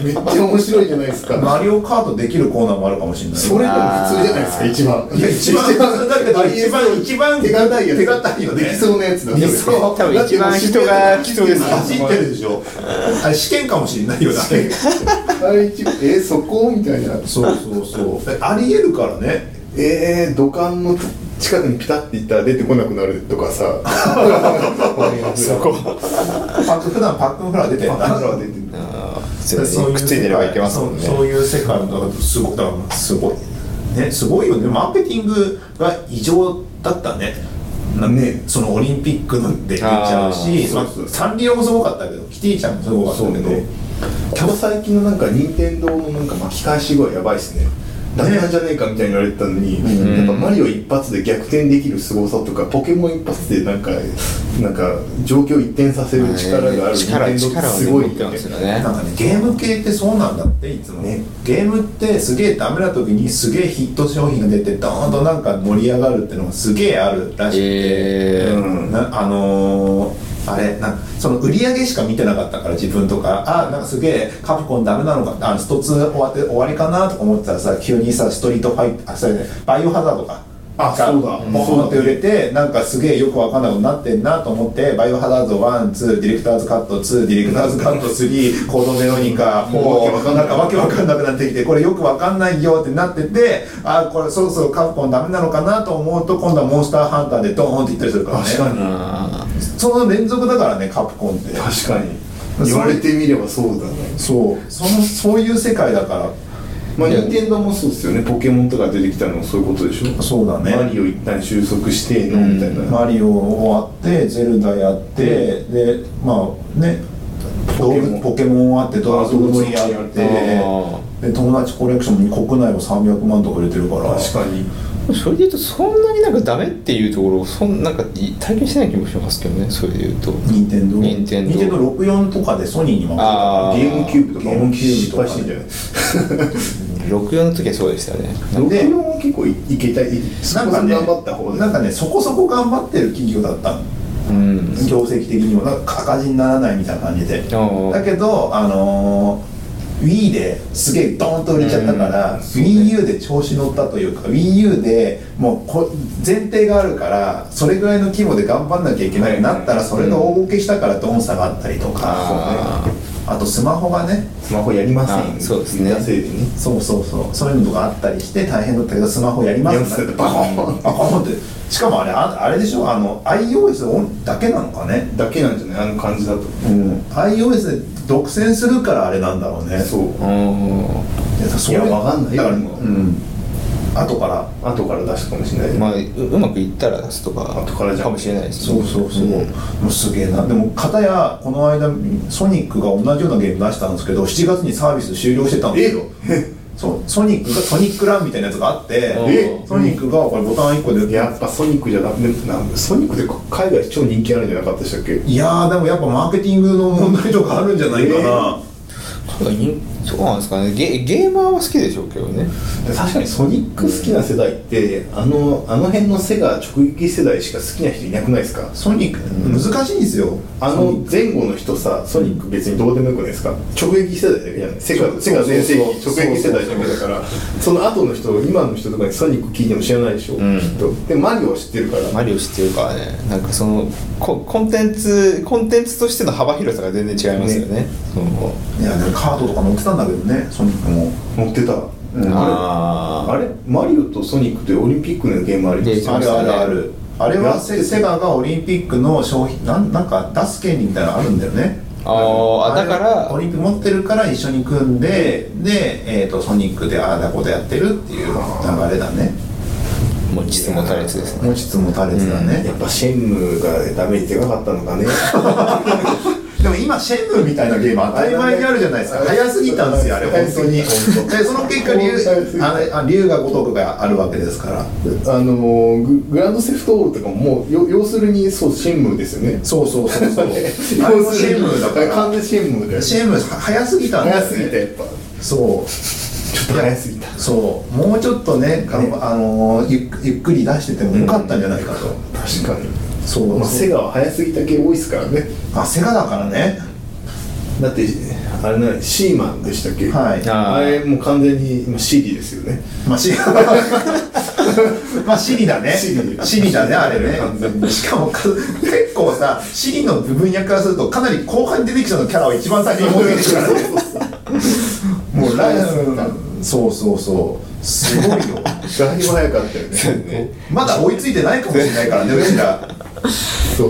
Speaker 3: めっちゃ面白いじゃないです か
Speaker 1: マリオカートできるコーナーもあるかもしれない
Speaker 3: それでも普通じゃないですか一番
Speaker 1: いや一番だけど一番一番
Speaker 3: 手堅いやつ
Speaker 1: 手堅いよね
Speaker 3: できそうなやつだ
Speaker 1: できそう
Speaker 2: 多分一番人が来そうですよ
Speaker 1: 走ってるでしょあれ試験かもしれないよね
Speaker 3: あれ一番えそこみたいな
Speaker 1: そうそうそうありえるからね
Speaker 3: えー、土管の近くにピタッて行ったら出てこなくなると かさそこ
Speaker 1: パック普段パックンフラワー出てるんだ
Speaker 3: は出てる
Speaker 2: そうですねくっついてればいけますもんね
Speaker 1: そうそういう世界の中ですごいだからすごいねすごいよねマーケティングが異常だったねなんか
Speaker 3: ね
Speaker 1: そのオリンピックで出ちゃうし
Speaker 3: あー
Speaker 1: まあ
Speaker 3: そうそう
Speaker 1: サンリオもすごかったけどキティちゃんもすごかった
Speaker 3: そう
Speaker 1: けど
Speaker 3: ねここ最近のなんか任天堂のなんか巻き返し具合やばいっすねダメなんじゃねえかみたいに言われてたのに、
Speaker 1: うん
Speaker 3: やっぱマリオ一発で逆転できる凄さとかポケモン一発でなんかなんか状況一転させる力がある任
Speaker 2: 力
Speaker 3: 天堂って
Speaker 2: 力を
Speaker 3: す
Speaker 2: ね
Speaker 3: ごい
Speaker 2: 持っ
Speaker 3: よ
Speaker 2: てま
Speaker 3: ね
Speaker 2: すよね
Speaker 1: なんかねゲーム系ってそうなんだっていつも、
Speaker 3: ね
Speaker 1: ゲームってすげえダメな時にすげえヒット商品が出てドーンとなんか盛り上がるってのがすげえあるらしくて、
Speaker 2: えー
Speaker 1: うんなあのーあれなんかその売り上げしか見てなかったから自分とかあなんかすげえカプコンダメなのかあのストツー終わって終わりかなとか思ってたらさ急にさストリートファイターあそれねバイオハザードか
Speaker 3: あ
Speaker 1: が
Speaker 3: そうだ
Speaker 1: ボコンって売れてなんかすげえよくわかんないことになってんなと思ってバイオハザード12ディレクターズカット2ディレクターズカット3コードメロニカ
Speaker 3: もうわけわか
Speaker 1: 4
Speaker 3: ん
Speaker 1: な
Speaker 3: な
Speaker 1: いんかわけわかんなくなってきてこれよくわかんないよってなっててあこれそろそろカプコンダメなのかなと思うと今度はモンスターハンターでドーンっていったりするからね
Speaker 3: 確かに
Speaker 2: あ
Speaker 1: その連続だからねカプコンって
Speaker 3: 確かに言われてみればそうだね
Speaker 1: そうそのそういう世界だか
Speaker 3: まあ任天堂もそうですよねポケモンとか出てきたのもそういうことでしょ
Speaker 1: らそうだね
Speaker 3: マリオ一旦収束してのみたいな、
Speaker 1: マリオ終わってゼルダやって、でまあね
Speaker 3: ポ
Speaker 1: ポ
Speaker 3: ケ
Speaker 1: ケ
Speaker 3: モン
Speaker 1: ポケモンあってドラゴンボールや
Speaker 3: あ
Speaker 1: っ
Speaker 3: ドラゴンボール
Speaker 2: ー
Speaker 1: てで友達コレクションに国内も300万とか入れてるから
Speaker 3: 確かに
Speaker 2: それで言うとそんなになんかダメっていうところをそんなんかい体験してない気もしますけどねそれで言うと
Speaker 1: 任天堂
Speaker 2: 任天堂
Speaker 1: 64とかでソニーに負け
Speaker 2: あ
Speaker 1: た
Speaker 3: ゲームキューブとか本気で
Speaker 1: ゲームキューブと
Speaker 3: 失
Speaker 1: かね
Speaker 3: 敗してんじゃない
Speaker 2: 64の時はそうでしたね
Speaker 1: で
Speaker 3: 64も結構いいけたい
Speaker 1: なんかね
Speaker 3: 頑張った方で
Speaker 1: なんかねそこそこ頑張ってる企業だったの
Speaker 2: うん
Speaker 1: 業績的にもなんか赤字にならないみたいな感じで
Speaker 2: あ
Speaker 1: だけど、あのー、Wii ですげえドーンと売れちゃったから、
Speaker 3: うんそうね
Speaker 1: WiiU で調子乗ったというか WiiU でもうこ前提があるからそれぐらいの規模で頑張んなきゃいけなくなったら
Speaker 3: うん
Speaker 1: それが大儲けしたからドン下がったりとか
Speaker 2: あ、
Speaker 1: あとスマホがね
Speaker 3: スマホやりません
Speaker 2: あそうですね
Speaker 3: みんなせいでね
Speaker 1: そうそうそうそういうのとかあったりして大変だったけどスマホやりま
Speaker 3: やりますす
Speaker 1: って
Speaker 3: バコーン
Speaker 1: あほんとしかもあれああれでしょあの iOS オンだけなのかね
Speaker 3: だけなんじゃないあの感じだと
Speaker 1: うん iOS で独占するからあれなんだろうね
Speaker 3: そう
Speaker 2: う
Speaker 1: いやそれ
Speaker 3: いやわかんないよ
Speaker 1: だからう
Speaker 3: 今
Speaker 1: ん後から
Speaker 3: 後から出すかもしれない、
Speaker 2: んまあううまくいったら出すとか
Speaker 3: 後からじゃん
Speaker 2: もしれないです
Speaker 1: そうそうそう、もうすげえなでも片やこの間ソニックが同じようなゲーム出したんですけど7月にサービス終了してたんですよそうソニックがソニックランみたいなやつがあって
Speaker 2: うん
Speaker 3: え
Speaker 1: ソニックがこれボタン1個で
Speaker 3: やっぱソニックじゃなくてなんソニックで海外超人気あるんじゃなかったでしたっけ
Speaker 1: いやーでもやっぱマーケティングの問題とかあるんじゃないかな、
Speaker 2: そうなんですかねゲゲーマーは好きでしょうけどね
Speaker 3: 確かにソニック好きな世代ってあのあの辺のセガ直撃世代しか好きな人いなくないですか
Speaker 1: ソニック難しいんですよ
Speaker 3: あ
Speaker 1: ソニッ
Speaker 3: の
Speaker 1: ク
Speaker 3: 前後の人さソニック別にどうでもよくないですか直撃世代だけじゃないセガセガ全盛期
Speaker 2: そうそうそう
Speaker 3: 直撃世代だけだからその後の人今の人とかにソニック聞いても知らないでしょ、
Speaker 2: うん
Speaker 3: きっとでマリオは知ってるから
Speaker 2: マリオ知ってるからねなんかそのココンテンツコンテンツとしての幅広さが全然違いますよねそう
Speaker 1: いやでもカートとか乗ってたんだけどねソニックも、
Speaker 3: 持ってた、
Speaker 1: うん
Speaker 3: あれ
Speaker 2: あ
Speaker 3: あれマリオとソニックってオリンピックのゲームありま
Speaker 2: ゲー
Speaker 3: し
Speaker 2: ム
Speaker 3: た
Speaker 1: あるあるあるあれはセ
Speaker 3: な
Speaker 1: セガがオリンピックの商品なんなんか出す権利みたいなのあるんだよね
Speaker 2: あー
Speaker 1: れ
Speaker 2: だから
Speaker 1: オリンピック持ってるから一緒に組んでで、えー、とソニックでああだこだやってるっていう流れだね
Speaker 2: あ持ちつ持たれつですね
Speaker 1: 持ちつ持たれつだね
Speaker 3: や、っぱシェンムーがダメージでかかったのかね
Speaker 1: でも今シェンムーみたいなゲーム当たり前にあるじゃないですか早すぎたんですよあれ本当にでその結果竜あれあ竜が如くがあるわけですから
Speaker 3: あのーググランドセフトオールとかももうよ要するにそうシェンムーですよね
Speaker 1: そうそうそうそう あれもシェンムーだか
Speaker 3: 完
Speaker 1: ら
Speaker 3: 全シェンムーだよ
Speaker 1: シェンムー早すぎたんだよ
Speaker 3: 早
Speaker 1: ね
Speaker 3: すぎてやっぱ
Speaker 1: そう
Speaker 3: ちょっと早すぎた
Speaker 1: そうもうちょっとねがんあのーゆっゆっくり出しててもよかったんじゃないかと、
Speaker 3: 確かに
Speaker 1: そう、
Speaker 3: まあ、
Speaker 1: そう
Speaker 3: セガは早すぎた系多いですからね
Speaker 1: あセガだからね
Speaker 3: だってあれなシーマンでしたっけ
Speaker 1: はい
Speaker 2: あー
Speaker 3: あれもう完全に今シリですよね
Speaker 1: まあシ まあシリだね
Speaker 3: シリ
Speaker 1: シリだねあれ
Speaker 3: 完全
Speaker 1: ねしかもか結構さシリの部分役からするとかなり後半に出てきたのキャラを一番先に持ってきてるから ねもうラインそうそうそうすごいよ
Speaker 3: だいぶ早かったよ
Speaker 2: そうで
Speaker 3: ね
Speaker 2: すね
Speaker 1: まだ追いついてないかもしれないからねうちら
Speaker 3: そう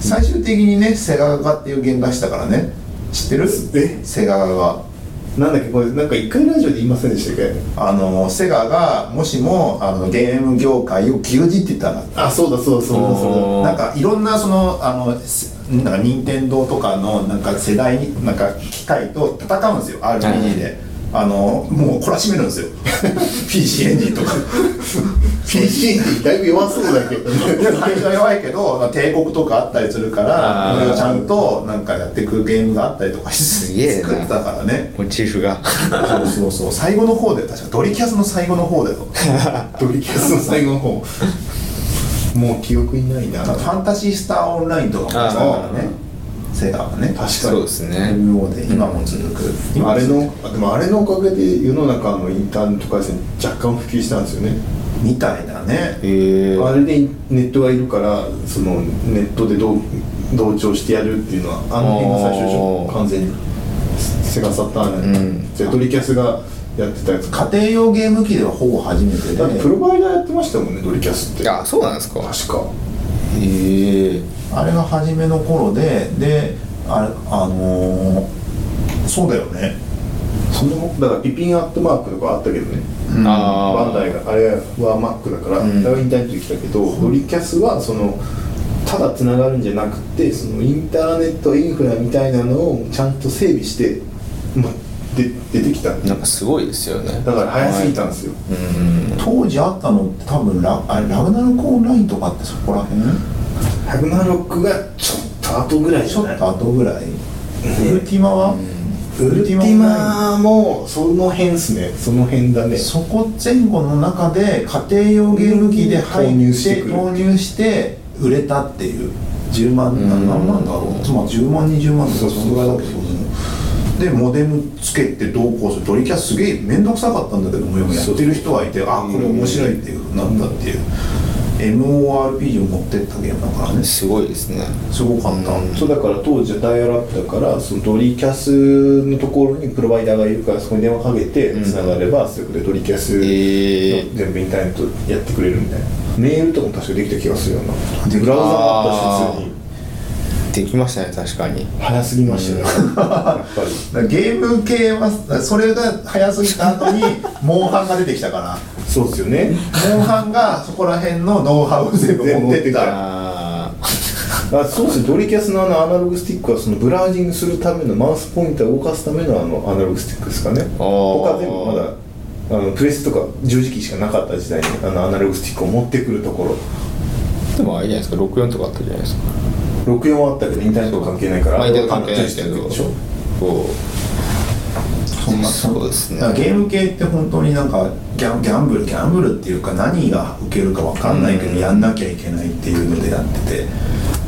Speaker 1: 最終的にねセガがっていうゲーム出したからね知ってる
Speaker 3: え
Speaker 1: セガが
Speaker 3: なんだっけこれなんか一回ラジオで言いませんでしたっけ
Speaker 1: あのセガがもしもあのゲーム業界を牛耳ってたら
Speaker 3: あそうだそうだそうだそう
Speaker 2: おー
Speaker 1: なんかいろんなそのあのせなんか任天堂とかのなんか世代になんか機械と戦うんですよ RPG で、あのもう懲らしめるんですよ PC エンジンと か
Speaker 3: だ PC ってだいぶ弱そうだけど
Speaker 1: 最初は弱いけど帝国とかあったりするから
Speaker 2: あー
Speaker 1: それをちゃんとなんかやっていくゲームがあったりとか
Speaker 2: すげ
Speaker 1: して
Speaker 2: えな
Speaker 1: 作ってたからね
Speaker 2: モチーフが
Speaker 1: そうそうそう最後の方で確かドリキャスの最後の方でと
Speaker 3: ドリキャスの最後の方もう記憶にないな
Speaker 1: あとファンタシースターオンラインとかも出したからねセガはね
Speaker 3: 確か
Speaker 2: そう
Speaker 3: に
Speaker 2: ですね
Speaker 1: MO で今も続く
Speaker 3: 今あれのあでもあれのおかげで世の中のインターネット回線若干普及したんですよね
Speaker 1: みたいだね
Speaker 2: ええ
Speaker 3: あれでネットがいるからそのネットで同同調してやるっていうのはあの辺が最初でしょ
Speaker 2: あー
Speaker 3: 完全にセガサターン、
Speaker 2: うん
Speaker 3: じゃあトリキャスがやってたやつか
Speaker 1: 家庭用ゲーム機ではほぼ初めてで
Speaker 3: だってプロバイダーやってましたもんねドリキャスって
Speaker 2: あそうなんですか
Speaker 3: 確か
Speaker 2: ええ
Speaker 1: あれが初めの頃でであれあのーそうだよね
Speaker 3: そのだからピピンアットマークとかあったけどね
Speaker 1: うん
Speaker 2: あ
Speaker 3: バ
Speaker 2: ー
Speaker 3: ンダイがあれは Mac だから、
Speaker 2: うん
Speaker 3: だからインターネットできたけどドリキャスはそのただつながるんじゃなくてそのインターネットインフラみたいなのをちゃんと整備して、ま、で出てきた
Speaker 2: なんかすごいですよね
Speaker 3: だから早すぎたんですよ、
Speaker 2: うん
Speaker 1: 当時あったのって多分ラあれラグナロクオンラインとかってそこら辺
Speaker 3: ハグナロックがちょっと後ぐらい
Speaker 1: ち
Speaker 3: じ
Speaker 1: ょ
Speaker 3: ゃ
Speaker 1: っ
Speaker 3: ない
Speaker 1: と後ぐらいウルティマは
Speaker 3: ウルティマもその辺っすねその辺だね
Speaker 1: そこ前後の中で家庭用ゲーム機で入って
Speaker 3: 投入してくる
Speaker 1: 投入して売れたっていう10万
Speaker 2: ん
Speaker 1: 何万だろうまあ10万20万と
Speaker 3: そう
Speaker 1: か
Speaker 3: そう
Speaker 1: そのぐらいだけどでモデムつけてどうこうするドリキャスすげえ面倒くさかったんだけどもや
Speaker 3: そう
Speaker 1: ってる人はいてあこれ面白いっていうふうになったっていう MORPG を持ってったゲームだからね
Speaker 2: すごいですね
Speaker 1: すごかった、
Speaker 3: そうだから当時はダイヤルアップだからそのドリキャスのところにプロバイダーがいるからそこに電話かけて
Speaker 2: うん
Speaker 3: つながれば、そこでドリキャスの
Speaker 2: ええ
Speaker 3: 全部インターネットやってくれるみたいなメールとかも確かできた気がするような
Speaker 1: で
Speaker 3: ブラウザもあったし普通に
Speaker 2: できましたね確かに
Speaker 3: 早すぎましたよ、やっぱり
Speaker 1: だからゲーム系はそれが早すぎた後にモンハンが出てきたから
Speaker 3: そうですよね
Speaker 1: モンハンがそこら辺のノウハウを全部持ってっ
Speaker 3: 全部持ってった
Speaker 1: た
Speaker 2: あ
Speaker 3: あそうですねドリキャスのあのアナログスティックはそのブラウジングするためのマウスポインターを動かすためのあのアナログスティックですかね
Speaker 2: ー
Speaker 3: 他全部まだあのプレスとか十字キーしかなかった時代にあのアナログスティックを持ってくるところ
Speaker 2: でもあれじゃないですか64とかあったじゃないですか
Speaker 3: 64はあったけどインターネット関係ないから
Speaker 2: まあインターネット関係ないですけど
Speaker 3: でしょ
Speaker 2: こ
Speaker 1: そんな
Speaker 2: そうですね
Speaker 1: だからゲーム系って本当になんかギャンギャンブルギャンブルっていうか何が受けるか分かんないけどやんなきゃいけないっていうのでやって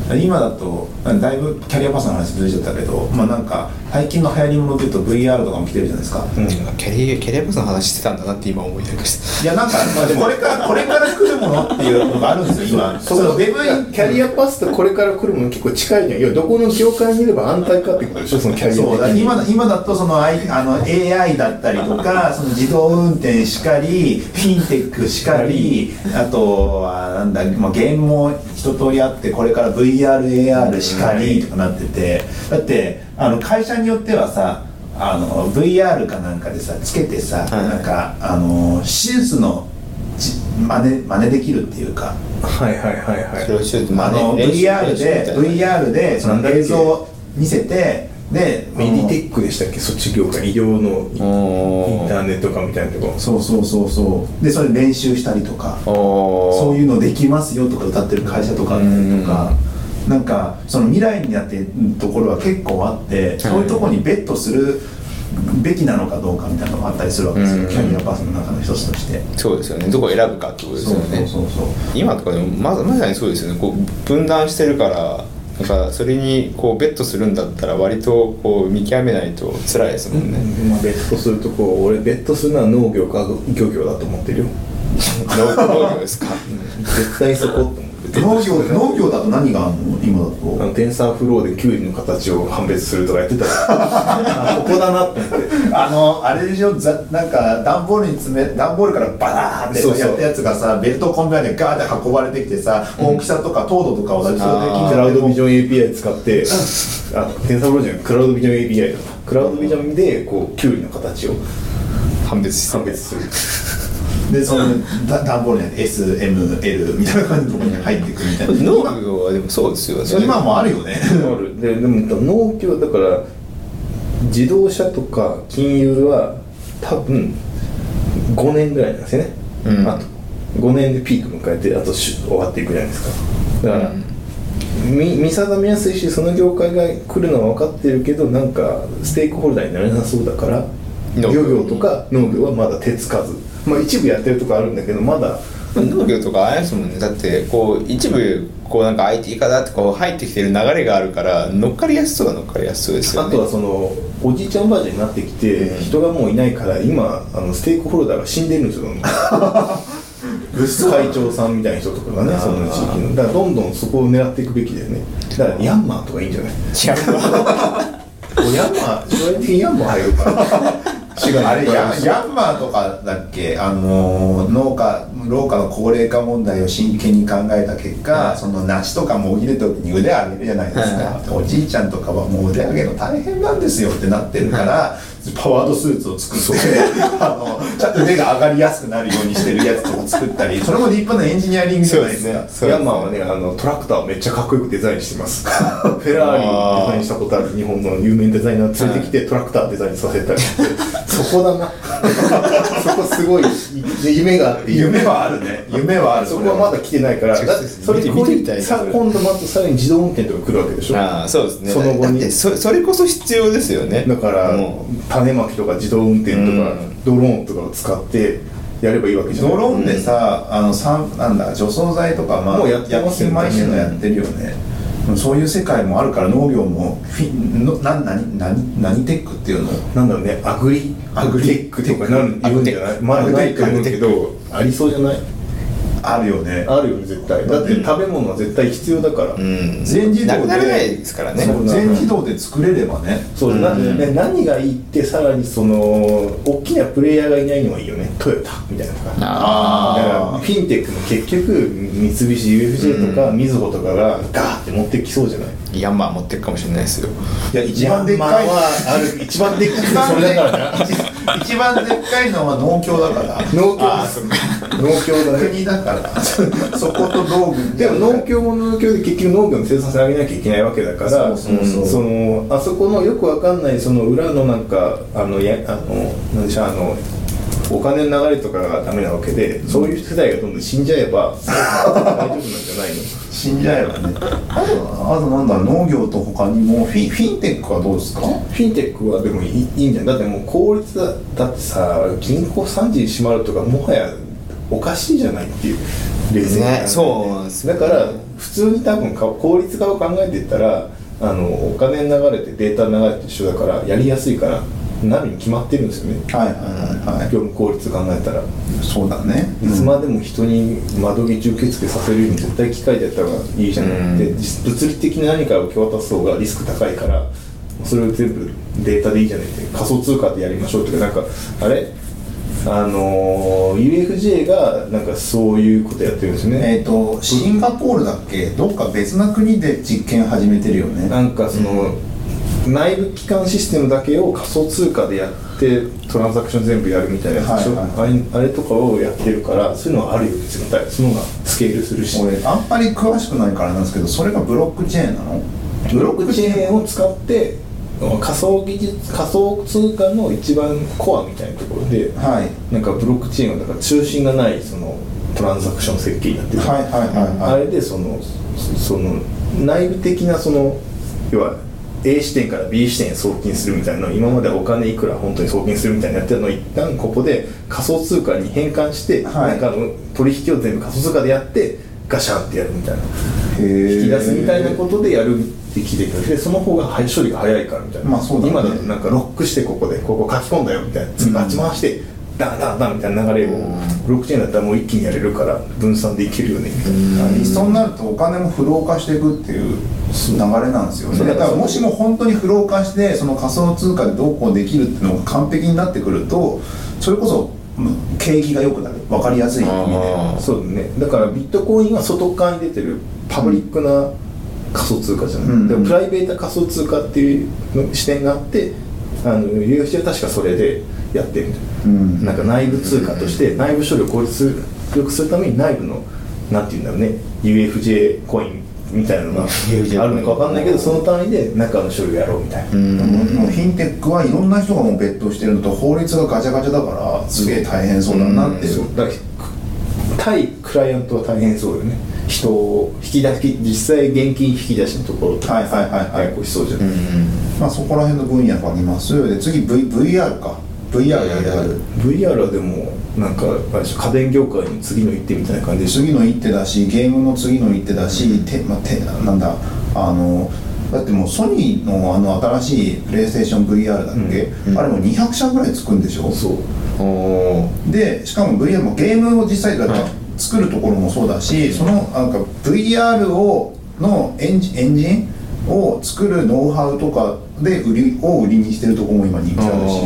Speaker 1: て今だとだいぶキャリアパスの話ずれちゃったけどまあなんか最近の流行りものでいうと VR とかも来てるじゃないですか
Speaker 2: う、キャリアキャリアパスの話してたんだなって今思い出ました
Speaker 1: いやなんか、まあ、これからこれから来るものっていうのがあるんですよ今
Speaker 3: そ
Speaker 1: その
Speaker 3: の
Speaker 1: ウェ
Speaker 3: デブ
Speaker 1: ブ
Speaker 3: キャリアパスとこれから来るもの結構近いじゃんいやどこの業界にいれば安泰かってことでしょそのキャリア的
Speaker 1: そうだ
Speaker 3: に
Speaker 1: 今だ今だとその I あの AI だったりとかその自動運転しかりフィンテックしかりあとはなんだ、まあ、ゲームも一通りあってこれから VRAR しかりとかなっててだってあの会社によってはさあの VR かなんかでさつけてさ、
Speaker 2: はい
Speaker 1: なんかあの手術のじ真似真似できるっていうか
Speaker 3: はいはいはいは
Speaker 2: それをちょっと
Speaker 1: あの VR で VR でそ
Speaker 3: なん
Speaker 1: の
Speaker 3: だっけ
Speaker 1: 映像を見せてで
Speaker 3: メディテックでしたっけそっち業界医療のインターネット化みたいなところ
Speaker 1: そうそうそうそうでそれ練習したりとか
Speaker 2: そ
Speaker 1: そういうのできますよとか歌ってる会社とかあったりとかなんかその未来になってるところは結構あってそういうところにベットするべきなのかどうかみたいなのがあったりするわけです
Speaker 2: うん
Speaker 1: よキャリアパスの中の一つとして
Speaker 2: そうですよねどこを選ぶかってことです
Speaker 1: そう
Speaker 2: よね
Speaker 1: そうそうそう
Speaker 2: 今とかでもままさにそうですよねこう分断してるからなんかそれにこうベットするんだったら割とこう見極めないと辛いですもんね、
Speaker 3: まあ、ベッドするとこ俺ベッドするのは農業か漁業だと思ってるよ
Speaker 2: 農農業ですか
Speaker 3: 絶対そこって思って
Speaker 1: 農業農業だと何があるの今だと
Speaker 3: あのテンサーフローでキュウリの形を判別するとかや ってたらあここだなって思って
Speaker 1: あのあれでしょざなんか段ボールに詰め段ボールからバラーって
Speaker 3: そうそう
Speaker 1: やったやつがさベルトコンベヤーでガーって運ばれてきてさ、大きさとか糖度とかをだそれで
Speaker 2: あー
Speaker 1: 聞い
Speaker 3: ク
Speaker 1: たら
Speaker 3: ラウ
Speaker 1: で
Speaker 3: ド
Speaker 1: も
Speaker 3: ビジョン API 使ってあテンサーフローじゃないクラウドビジョン API だクラウドビジョンでこうキュウリの形を
Speaker 2: 判別して
Speaker 3: 判別する
Speaker 1: でそのだ段ボールに SML みたいな感じのところに入ってくるみたいな
Speaker 2: 農業はでもそうですよね
Speaker 1: 今今もあるよね
Speaker 3: あるででも農協だから自動車とか金融は多分5年ぐらいなんですよね、
Speaker 2: うん
Speaker 3: あと5年でピーク迎えてあとし終わっていくじゃないですかだから、見見定めやすいしその業界が来るのは分かってるけどなんかステークホルダーになれなそうだから
Speaker 2: 農
Speaker 3: 漁
Speaker 2: 業
Speaker 3: 業とか農業はまだ手つかずまあ一部やってるとこあるんだけどまだ
Speaker 2: 農業とかあれですもんねだってこう一部こうなんか IT 化だってこう入ってきてる流れがあるから乗っかりやすそうは乗っかりやすそうですよ
Speaker 3: あ
Speaker 2: ね
Speaker 3: とはそのおじいちゃんおばあちゃんになってきて人がもういないから今あのステークホルダーが死んでるんですよ 会長さんみたいな人とかがね
Speaker 1: あー
Speaker 3: その地域のだからどんどんそこを狙っていくべきだよねだからヤンマーとかいいんじゃないヤンマー将来的にヤンマー入るから
Speaker 1: あれヤンヤンマーとかだっけあのー農家農家の高齢化問題を真剣に考えた結果、その梨とかもぎる時に腕上げるじゃないですか、おじいちゃんとかはもう腕上げるの大変なんですよってなってるから、パワードスーツを 作ってあのちゃんと腕が上がりやすくなるようにしてるやつとか作ったりそれも立派なエンジニアリングじゃないですか
Speaker 2: そう
Speaker 3: ヤンマーはねあのトラクターをめっちゃかっこよくデザインしてますフェラーリをデザインしたことある日本の有名デザイナー連れてきてトラクターデザインさせたりそこだなそこすごい夢があっていいよね
Speaker 1: 夢はあるね夢はある
Speaker 3: そこはまだ来てないから、
Speaker 2: そう
Speaker 3: だっ
Speaker 2: で
Speaker 3: て
Speaker 2: すね
Speaker 3: それで
Speaker 2: 見てみたいです
Speaker 3: さ今度またさらに自動運転とか来るわけでしょだ
Speaker 2: ああそうですね
Speaker 3: その後に
Speaker 2: だってそそれこそ必要ですよね
Speaker 3: から
Speaker 2: も
Speaker 3: 種まきとか自動運転とか
Speaker 2: うん
Speaker 3: ドローンとかを使ってやればいいわけじゃない
Speaker 1: ドローンでさ、あのさんなんだ除草剤とか、まあ、
Speaker 3: もうやってますよね
Speaker 1: 薬品麻痺のやってるよね、そういう世界もあるから農業もフィンのな何何何テックっていうの
Speaker 3: なんだろうねアグリ
Speaker 1: アグリ
Speaker 3: テックとかなる
Speaker 2: ア
Speaker 3: 言
Speaker 2: グ
Speaker 3: うん
Speaker 2: テ
Speaker 3: じ
Speaker 2: ック
Speaker 3: ゃないまだないと思うけ
Speaker 2: アグ
Speaker 3: どありそうじゃない
Speaker 1: あるよね
Speaker 3: あるよね絶対だって食べ物は絶対必要だから、
Speaker 2: ううん
Speaker 1: 全自動で
Speaker 2: なくならないですからね
Speaker 1: そう全自動で作れればね
Speaker 3: そううんなね何がいいってさらにその大きなプレイヤーがいないのはいいよねトヨタみたいなのがだから
Speaker 1: あ
Speaker 3: フィンテックも結局三菱 UFJ とかみずほとかがガーって持ってきそうじゃない
Speaker 2: ヤンマー持ってくかもしれないですよ
Speaker 1: いや一番でっ
Speaker 3: まあ
Speaker 1: かい
Speaker 3: まあある一番でっかい
Speaker 1: 一番
Speaker 3: それ
Speaker 1: で
Speaker 3: だからね
Speaker 1: 一番でっかいのは農協だから
Speaker 3: 農協
Speaker 1: あ
Speaker 3: で
Speaker 1: ー
Speaker 3: す農協だね
Speaker 1: 国だからそこと道具
Speaker 3: でも農協も農協で結局農業の生産性上げなきゃいけないわけだから
Speaker 1: そうそうそう
Speaker 3: うんそのあそこのよくわかんないその裏のなんかあのやあのなんでしょうあのお金の流れとかがダメなわけでそういう世代がどんどん死んじゃえ ば大丈夫なんじゃないの
Speaker 1: 死んじゃえばねあとあとなんだろう農業と他にもフィフィンテックはどうですか
Speaker 3: フィンテックはでもいいいいんじゃんだってもう効率だだってさ銀行3時に閉まるとかもはやおかしいじゃないっていう冷静に考えて
Speaker 2: ねそうなんですよ
Speaker 3: だから普通に多分か効率化を考えていったらあのお金流れてデータ流れて一緒だからやりやすいからなるに決まってるんですよね
Speaker 1: はいはいはいは
Speaker 3: 業務効率考えたら
Speaker 1: いそうだね
Speaker 3: いつまでも人に窓口受付させるよりも絶対機械でやった方がいいじゃな
Speaker 2: うん
Speaker 3: くて実物理的な何かを受け渡す方がリスク高いからそれを全部データでいいじゃないって仮想通貨でやりましょうとかなんかあれあのー UFJ がなんかそういうことやってるんですよね
Speaker 1: えっ、とシンガポールだっけどっか別な国で実験始めてるよね
Speaker 3: なんかその内部機関システムだけを仮想通貨でやってトランザクション全部やるみたいなやつでしょ
Speaker 1: はい
Speaker 3: あれあれとかをやってるからそういうのはあるよ絶対その方がスケールするし
Speaker 1: 俺あんまり詳しくないからなんですけどそれがブロックチェーンなの
Speaker 3: ブロックチェーンを使って仮想技術仮想通貨の一番コアみたいなところで
Speaker 1: はい
Speaker 3: なんかブロックチェーンはだから中心がないそのトランザクション設計になってる、
Speaker 1: はいはいはいはい
Speaker 3: あれでそのそその内部的なその要は A 視点から B 視点へ送金するみたいなの今まではお金いくら本当に送金するみたいなのやってたのを一旦ここで仮想通貨に変換して、
Speaker 1: はい
Speaker 3: なんかの取引を全部仮想通貨でやってガシャンってやるみたいな
Speaker 1: 引
Speaker 3: 引き出すみたいなことでやるって聞いてくれてその方がはい処理が早いからみたいな、
Speaker 1: まあそうだね
Speaker 3: 今だとなんかロックしてここでここ書き込んだよみたいな次バチ回して、ダンダンダンみたいな流れをブロックチェーンだったらもう一気にやれるから分散でいけるよねみたいな
Speaker 1: 理想になるとお金も不老化していくっていう流れなんですよ
Speaker 3: そ
Speaker 1: ね
Speaker 3: う
Speaker 1: だからもしも本当に不老化してその仮想通貨でどうこうできるっていうのが完璧になってくるとそれこそうん景気が良くなる分かりやすい意味で
Speaker 2: あー
Speaker 3: そうだねだからビットコインは外側に出てるパブリックな仮想通貨じゃない、
Speaker 1: うん
Speaker 3: でもプライベート仮想通貨っていう視点があってあの UFC は確かそれでやってるみたいな
Speaker 1: うん
Speaker 3: なんか内部通貨として内部処理を効率よくするために内部のなんて言うんだろうね UFJ コインみたいなのが
Speaker 2: UFJ
Speaker 3: あるのかわかんないけどその単位で中の処理をやろうみたいな、
Speaker 1: もうフィンテックはいろんな人がもう別途してるのと法律がガチャガチャだからすげえ大変そうだなっていう
Speaker 3: そうだから対クライアントは大変そうよね人を引き出し実際現金引き出しのところとか
Speaker 1: はいはいはいはい
Speaker 3: 結構しそうじゃない、
Speaker 1: まあそこら辺の分野がありますで次、v、VR か VR やる
Speaker 3: VR はでもなんかあれでしょ家電業界の次の一手みたいな感じでしょ
Speaker 1: 次の一手だしゲームの次の一手だし、てまあ、てなんだあのだってもうソニーのあの新しいプレイステーション VR だっけ、あれもう200社ぐらいつくんでしょ
Speaker 3: そう
Speaker 2: おー
Speaker 1: でしかも VR もゲームを実際だから作るところもそうだしそのなんか VR をのエンジンエンジンを作るノウハウとかで売りを売りにしてるところも今人気あるし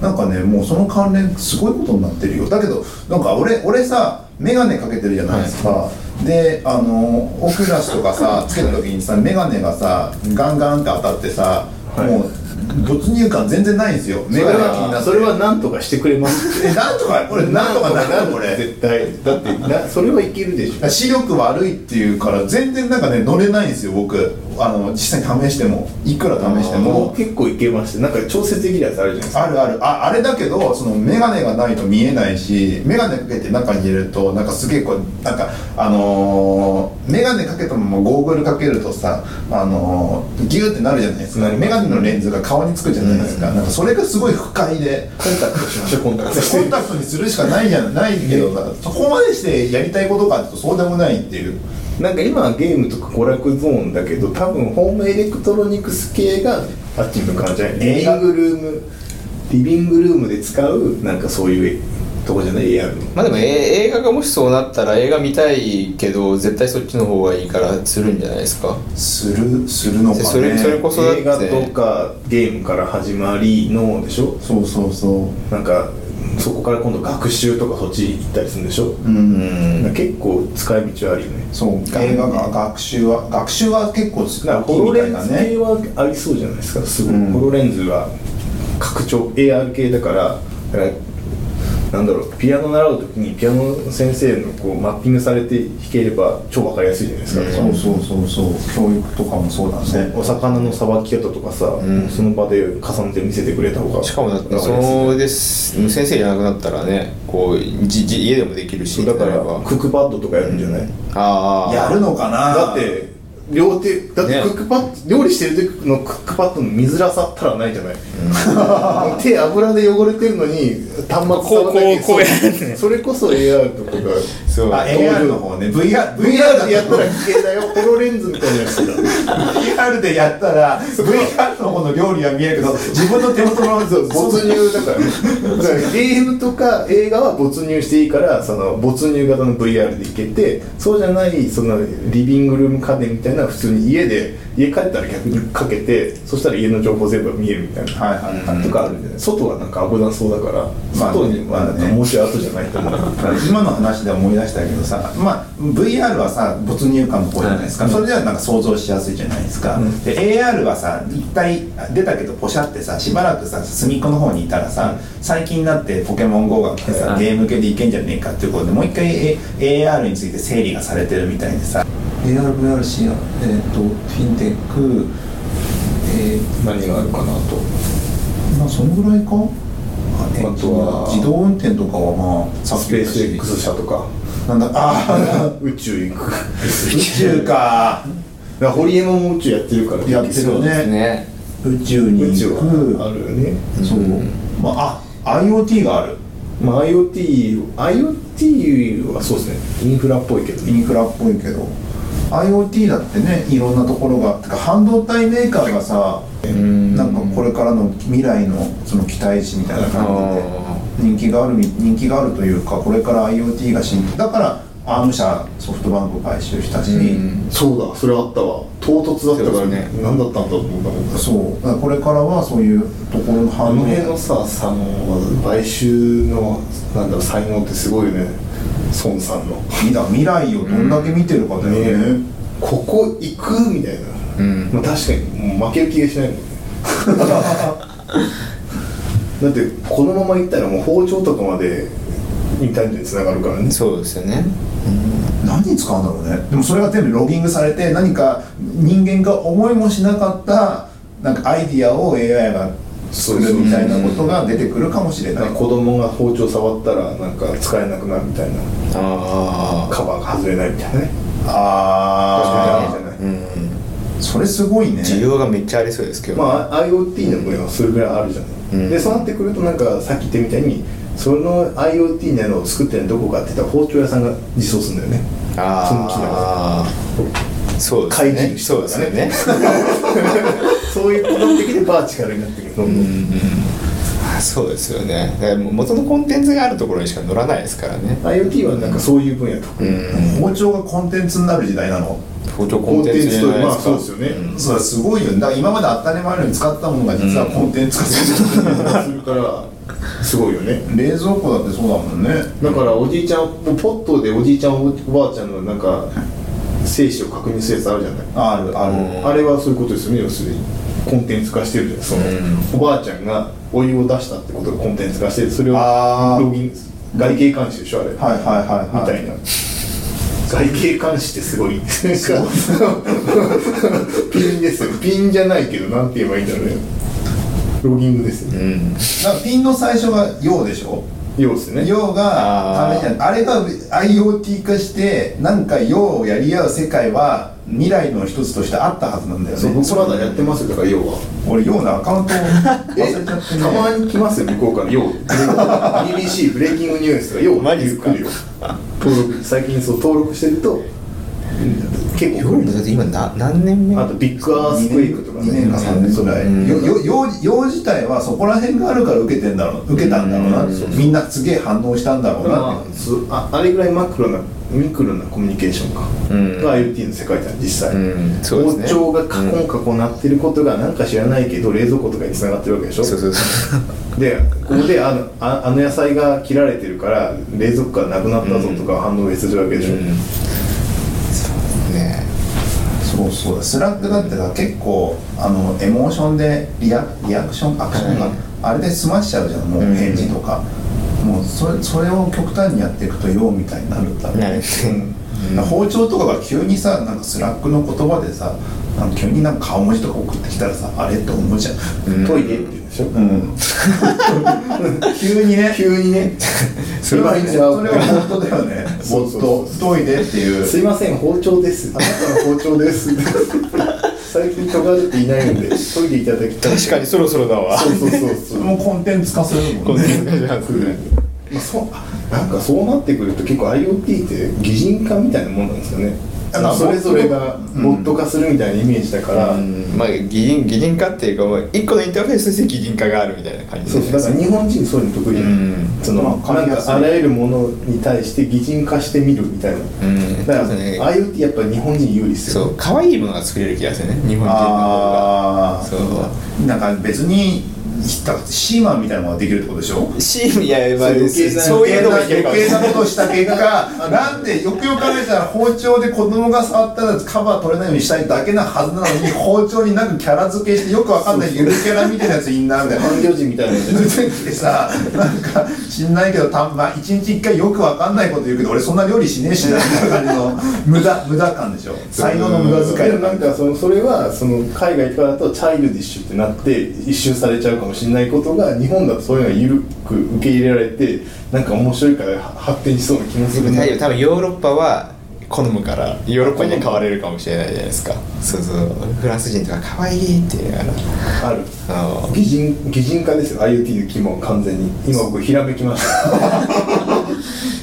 Speaker 2: あ
Speaker 1: なんかねもうその関連すごいことになってるよだけどなんか俺俺さ眼鏡かけてるじゃないですか、であのオクラスとかさつけた時にさ眼鏡がさガンガンって当たってさ、
Speaker 3: はい
Speaker 1: もう没入感全然ないんですよ眼
Speaker 3: それ
Speaker 1: 鏡が気にな
Speaker 3: は
Speaker 1: って
Speaker 3: それは何とかしてくれます って
Speaker 1: えなんとかこれなんとかなるこれ
Speaker 3: 絶対だってなそれはいけるでしょ
Speaker 1: 視力悪いっていうから全然なんかね乗れないんですよ僕あの実際に試してもいくら試して
Speaker 3: もう
Speaker 1: も
Speaker 3: 結構いけましてなんか調節できるやつあるじゃないですか
Speaker 1: あるあるああれだけどその眼鏡がないと見えないし眼鏡かけて中に入れるとなんかすげえこうなんかあのー、眼鏡かけたままゴーグルかけるとさあのー、ギューってなるじゃないですか眼鏡のレンズが顔につくじゃないですか,、なんかそれがすごい不快で。
Speaker 3: コンタクトしましょうコンタクト
Speaker 1: コンタクトにするしかないじゃないけどさ、そこまでしてやりたいことかっていうとそうでもないっていう
Speaker 3: なんか今はゲームとか娯楽ゾーンだけど多分ホームエレクトロニクス系があっちに向かうんじゃないリ
Speaker 1: 映
Speaker 3: ビ
Speaker 1: 画
Speaker 3: ングルームリビングルームで使うなんかそういうとこじゃない AR の
Speaker 2: まあでもえ映画がもしそうなったら映画見たいけど絶対そっちの方がいいからするんじゃないですか
Speaker 1: するするのかね
Speaker 2: それそれこそだって
Speaker 3: 映画とかゲームから始まりのでしょ
Speaker 1: そうそうそう
Speaker 3: なんかそこから今度学習とかそっち行ったりするんでしょ、
Speaker 1: うん、
Speaker 3: なんか結構使い道はあるよね
Speaker 1: そう映画が学習は学習は結構
Speaker 3: だから
Speaker 1: 好き
Speaker 3: ホロ
Speaker 1: みた
Speaker 3: レ
Speaker 1: い
Speaker 3: ン
Speaker 1: な
Speaker 3: ズ系
Speaker 1: ね
Speaker 3: はありそうじゃないですかすごい、
Speaker 1: うん
Speaker 3: ホロレンズは拡張 AR 系だからだからなんだろうピアノ習う時にピアノの先生のこうマッピングされて弾ければ超わかりやすいじゃないですか、
Speaker 1: そうそうそうそう教育とかもそうだね
Speaker 3: お魚のさばき方とかさ、
Speaker 2: ん
Speaker 3: その場で重ねて見せてくれた方が
Speaker 2: しかもだって
Speaker 3: わかりやすい
Speaker 2: そうです先生じゃなくなったらねこうじじ家でもできるし
Speaker 3: だから
Speaker 2: 例えば
Speaker 3: クックパッドとかやるんじゃない、
Speaker 2: ああ
Speaker 1: やるのかな
Speaker 3: だって両手だって
Speaker 2: ね
Speaker 3: クックパッ、料理してる時のクックパッドの見づらさったらないじゃない、 手油で汚れてるのに端末触
Speaker 2: こう
Speaker 3: らなき
Speaker 2: こ
Speaker 3: ゃ
Speaker 2: うこうやる
Speaker 3: そそれこそ AR とかが
Speaker 2: そう
Speaker 1: あ AR の方ね VR,
Speaker 3: VR
Speaker 1: VR
Speaker 3: で
Speaker 1: で
Speaker 3: や
Speaker 1: やっ
Speaker 3: ったら危険だよホロレンズみたいなやつだ
Speaker 1: VR でやったら VR の方の料理は見えるけど自分の手元のそう
Speaker 3: 没入だからだからゲームとか映画は没入していいからその没入型の VR でいけてそうじゃないそのリビングルーム家電みたいなのは普通に家で家帰ったら逆にかけてそしたら家の情報全部見えるみたいな
Speaker 1: はいはいはい
Speaker 3: とかあるんじゃない外はなんか危なそうだから、
Speaker 1: まあ
Speaker 3: 外にはなんか面白い後じゃないと思 う、
Speaker 1: 今の話で思い出したけどさ、まあ、VR はさ没入感の方じゃないですか、それではなんか想像しやすいじゃないですか、
Speaker 3: ん
Speaker 1: で AR はさ一体出たけどポシャってさしばらくさ隅っこの方にいたらさ最近になって「ポケモン GO」が来てさ、
Speaker 4: はい
Speaker 1: ゲーム系でいけんじゃねえかっていうことでもう一回、A、AR について整理がされてるみたいでさ
Speaker 4: ARVRC や、えー、とフィンテック、えー何があるかなと
Speaker 1: まあそのぐらいか
Speaker 3: あとは
Speaker 1: 自動運転とかはまあさっ
Speaker 3: ス
Speaker 1: き
Speaker 3: ペ
Speaker 1: 言っ
Speaker 3: ー
Speaker 1: たし
Speaker 3: ス X 社とか
Speaker 1: なんだああ
Speaker 3: 宇宙 行く
Speaker 1: 宇宙か
Speaker 3: だから堀江も宇宙やってるから
Speaker 1: やってる
Speaker 2: そうです
Speaker 1: ね
Speaker 2: ね
Speaker 1: 宇宙に
Speaker 3: 宇宙
Speaker 1: 行く
Speaker 3: はあるよね、
Speaker 1: そう、まああ IoT がある
Speaker 3: まあ、IoT, IoT はそうですねインフラっぽいけど
Speaker 1: インフラっぽいけど IoT だってねいろんなところがてか半導体メーカーがさ
Speaker 2: ん
Speaker 1: なんかこれからの未来のその期待値みたいな
Speaker 2: あ
Speaker 1: 感じで人気があるみ人気があるというかこれから IoT が進歩だからアーム社ソフトバンク買収したし、
Speaker 2: ーうん
Speaker 3: そうだそれあったわ唐突だったから
Speaker 2: そう
Speaker 3: ね
Speaker 2: ですね
Speaker 3: 何だったんだと思ったもん
Speaker 1: そうだからこれからはそういうところの
Speaker 3: あ
Speaker 1: 反
Speaker 3: の
Speaker 1: 応
Speaker 3: 辺のさその買収のなんだろう才能ってすごいよね孫さんの
Speaker 1: 未来未来をどんだけ見てるかだよね、
Speaker 3: ねここ行くみたいな、
Speaker 2: うん
Speaker 3: まあ、確かにもう負ける気がしないもん ねだってこのまま行ったらもう包丁とかまでインターネットにつながるからね
Speaker 2: そうですよね
Speaker 1: 何に使うんだろうねでもそれが全部ロギングされて何か人間が思いもしなかったなんかアイディアを AI が作るみたいなことが出てくるかもしれ
Speaker 3: な
Speaker 1: なんい
Speaker 3: か子供が包丁触ったらなんか使えなくなるみたいな
Speaker 2: ああ
Speaker 3: カバーが外れないみたいなね
Speaker 1: あ
Speaker 3: 確かにあるじゃない
Speaker 2: うん
Speaker 1: ーそれすごいね
Speaker 2: 需要がめっちゃありそうですけど
Speaker 3: まあ IoT の分野はそれぐらいあるじゃない、
Speaker 2: うん
Speaker 3: でそうなってくるとなんかさっき言ってみたいにその IoT なのを作ってるのどこかって言ったら包丁屋さんが実装するんだよね
Speaker 2: ああそうです
Speaker 3: 怪獣
Speaker 2: ねそうですよね
Speaker 3: そういうこと的でバーチカルになってくるどんどん
Speaker 2: あそうですよねだからもう元のコンテンツがあるところにしか乗らないですからね
Speaker 3: IoT はなんかそういう分野とか、
Speaker 2: うん
Speaker 1: 包丁がコンテンツになる時代なの
Speaker 2: 包丁コンテンツじゃないですか
Speaker 3: コンテンツとまあそうですよね
Speaker 2: ん
Speaker 1: それすごいよねだから今まで当たり前のように使ったものが実はコンテンツ化する、
Speaker 3: それからすごいよね
Speaker 1: 冷蔵庫だってそうだもんね
Speaker 3: だからおじいちゃんもうポットでおじいちゃんおばあちゃんのなんか精子を確認するやつあるじゃない
Speaker 1: あるある、
Speaker 2: うん
Speaker 3: あれはそういうことですよね要するにコンテンツ化してるじゃないその、おばあちゃんがお湯を出したってことがコンテンツ化してそれを
Speaker 1: あー
Speaker 3: ロギン外形監視でしょあ
Speaker 1: は
Speaker 3: れ、
Speaker 1: いはいはい
Speaker 3: み
Speaker 1: はい
Speaker 3: たいな外形監視ってす ごいなんかピンですよピンじゃないけどなんて言えばいいんだろうねロギングですよね、
Speaker 2: うん
Speaker 1: だからピンの最初が用でしょ
Speaker 3: 要ですね
Speaker 1: 用が
Speaker 2: あー
Speaker 1: 試しあれが IoT 化してなんか用をやり合う世界は未来の一つとしてあったはずなんだよ
Speaker 3: そう
Speaker 1: ね
Speaker 3: 僕まだやってますよだから要は
Speaker 1: 俺用のアカウントを忘れちゃってね
Speaker 3: たまに来ますよ向こうからよう BBC ブレイキングニュースがよう
Speaker 2: マジっすか
Speaker 3: 来るよ登録最近そう登録してると結構
Speaker 2: ヨーロッパだ
Speaker 3: 来
Speaker 2: って今な何年目
Speaker 3: るあとビッグアースクエイクとか
Speaker 1: 2年か3年ぐら
Speaker 2: うん
Speaker 1: いよよ用用自体はそこら辺があるから受けてんだろう受けたんだろうなみんなすげえ反応したんだろうな
Speaker 3: ま
Speaker 1: っ
Speaker 3: あそうああれぐらいマクロなミクロなコミュニケーションか、
Speaker 2: うん
Speaker 3: が IoT の世界じゃん実際、
Speaker 2: うんそうですね
Speaker 3: 包丁がカコンカコンなってることがなんか知らないけど冷蔵庫とかにつながってるわけでしょ
Speaker 2: そうそうそう
Speaker 3: でここであのああの野菜が切られてるから冷蔵庫がなくなったぞとか反応がするわけでしょ、
Speaker 2: うんそうね
Speaker 1: てそうそうだスラックだってさ結構あのエモーションでリアリアクションアクションがあれで済ましちゃうじゃんもう返事とかもうのそれそれを極端にやっていくとようみたいになるだろう
Speaker 2: なる
Speaker 1: うん包丁とかが急にさなんかスラックの言葉でさなんか急になんか顔文字とか送ってきたらさあれって思うじゃん、
Speaker 2: うん
Speaker 1: トイレって言うでしょ、 急にね
Speaker 3: 急にね
Speaker 1: それはねそれは本当だよね
Speaker 3: そうそうそう
Speaker 1: もっとトイレっていう
Speaker 3: すいません包丁ですあなたの包丁です 最近研がれていないので研いでいただきたい
Speaker 2: 確かにそろそろだわ
Speaker 3: そうそうそうそ
Speaker 1: そうれもコンテンツ化するもんね
Speaker 3: まあ、そうなんかそうなってくると結構 IoT って擬人化みたいなもんなんですよね
Speaker 1: あまあ
Speaker 3: それぞれがボット化するみたいなイメージだから、
Speaker 2: うんまあ擬人擬人化っていうかまあ一個のインターフェースとして擬人化があるみたいな感じ
Speaker 3: そう
Speaker 2: で
Speaker 3: そうだから日本人そういうの得意じゃない、
Speaker 2: うん
Speaker 3: その、
Speaker 1: まあ
Speaker 3: なんかあらゆるものに対して擬人化してみるみたいな、
Speaker 2: うん
Speaker 3: だか
Speaker 2: だ
Speaker 3: ら
Speaker 2: からね
Speaker 3: IoT やっぱ日本人有利です
Speaker 2: そ
Speaker 3: よ
Speaker 2: う可愛いものが作れる気がするね日本人の方が
Speaker 1: ああ
Speaker 2: そう
Speaker 1: なんか別にだってシーマンみたいなのができるってことでしょ
Speaker 2: シーンいやいやまあ
Speaker 3: そう余計な
Speaker 2: そういうのがいけ
Speaker 1: 余
Speaker 2: るか
Speaker 1: 計な
Speaker 2: もしれな
Speaker 1: いことをした結果なんでよくよく考えたら包丁で子供が触ったらカバー取れないようにしたいだけなはずなのに包丁になんかキャラ付けしてよくわかんないゆるキャラみたいなやついんなみ たいな。
Speaker 3: 半魚人みたいなのじゃない
Speaker 1: 出てきてさなんか知んないけどたまあ、1日1回よくわかんないこと言うけど俺そんな料理しねえしなみたいな感じの無駄無駄感でしょ才能の無駄遣いだ
Speaker 3: でも なんかそのそれはその海外とかだとチャイルディッシュってなって一周されちゃうかもしれないことが日本だとそういうのが緩く受け入れられてなんか面白いから発展しそうな気もする
Speaker 2: 太
Speaker 3: ね
Speaker 2: 陽多分ヨーロッパは好むからヨーロッパには買われるかもしれないじゃないですかそうそうフランス人とか可愛いっていうから
Speaker 3: ある
Speaker 2: あの
Speaker 3: 擬人擬人化ですよ IoT の肝は完全に今僕ひらめきました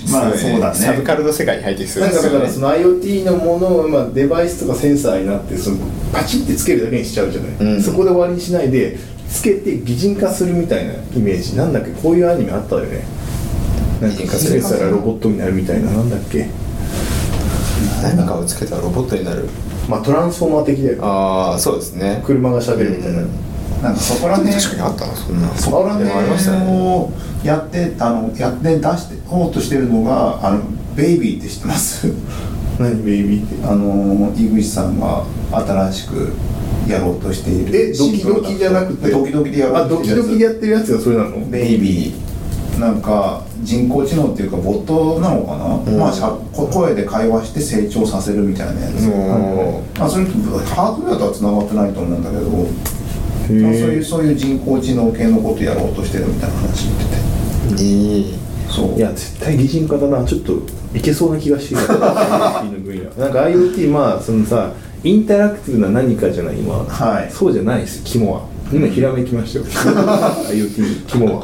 Speaker 1: まあそうだね
Speaker 2: サブカルの世界に入ってきそう
Speaker 3: なん
Speaker 2: で
Speaker 3: か
Speaker 2: すよ
Speaker 3: だか
Speaker 2: ね
Speaker 3: らその IoT のものを、まあ、デバイスとかセンサーになってそのパチってつけるだけにしちゃうじゃない、
Speaker 2: うん
Speaker 3: そこで終わりにしないでつけて擬人化するみたいなイメージなんだっけこういうアニメあったよねなん
Speaker 2: 擬人
Speaker 3: か
Speaker 2: 化す
Speaker 3: セ
Speaker 2: る
Speaker 3: ンサーがロボットになるみたいななんだっけ
Speaker 2: 何かをつけたらロボットになる
Speaker 3: まあトランスフォーマー的だよ
Speaker 2: ああそうですね
Speaker 3: 車が喋るみたいな、
Speaker 2: うん
Speaker 1: なんかそこら辺
Speaker 2: 確かにあったなそんな
Speaker 1: そこら
Speaker 2: でもありました
Speaker 1: 辺
Speaker 2: ね
Speaker 1: をやってあのやって出してこうとしてるのがあのベイビーって知ってます
Speaker 3: 何ベイビーっ て
Speaker 1: あの井口さんが新しくやろうとしている
Speaker 3: えドキドキじゃなくて
Speaker 1: ドキドキでやろ
Speaker 3: あ
Speaker 1: うと
Speaker 3: ド
Speaker 1: してる
Speaker 3: キ
Speaker 1: やつ
Speaker 3: ドキでやってるやつがそれなの
Speaker 1: ベイビーなんか人工知能っていうかボットなのかな、
Speaker 2: うん
Speaker 1: まあしゃこ声で会話して成長させるみたいなやつ、
Speaker 2: も
Speaker 1: まあ、それとハードウェアとはつながってないと思うんだけど、
Speaker 3: ー
Speaker 1: まあ、そういうそういう人工知能系のことやろうとしてるみたいな話言ってて
Speaker 2: ういい
Speaker 1: そう
Speaker 3: いや絶対擬人化だなちょっといけそうな気がしてき た IoT の分野なんか IoT まあそのさインタラクティブな何かじゃない今は
Speaker 1: はい
Speaker 3: そうじゃないです肝は今ひらめきましたよ IoT 肝は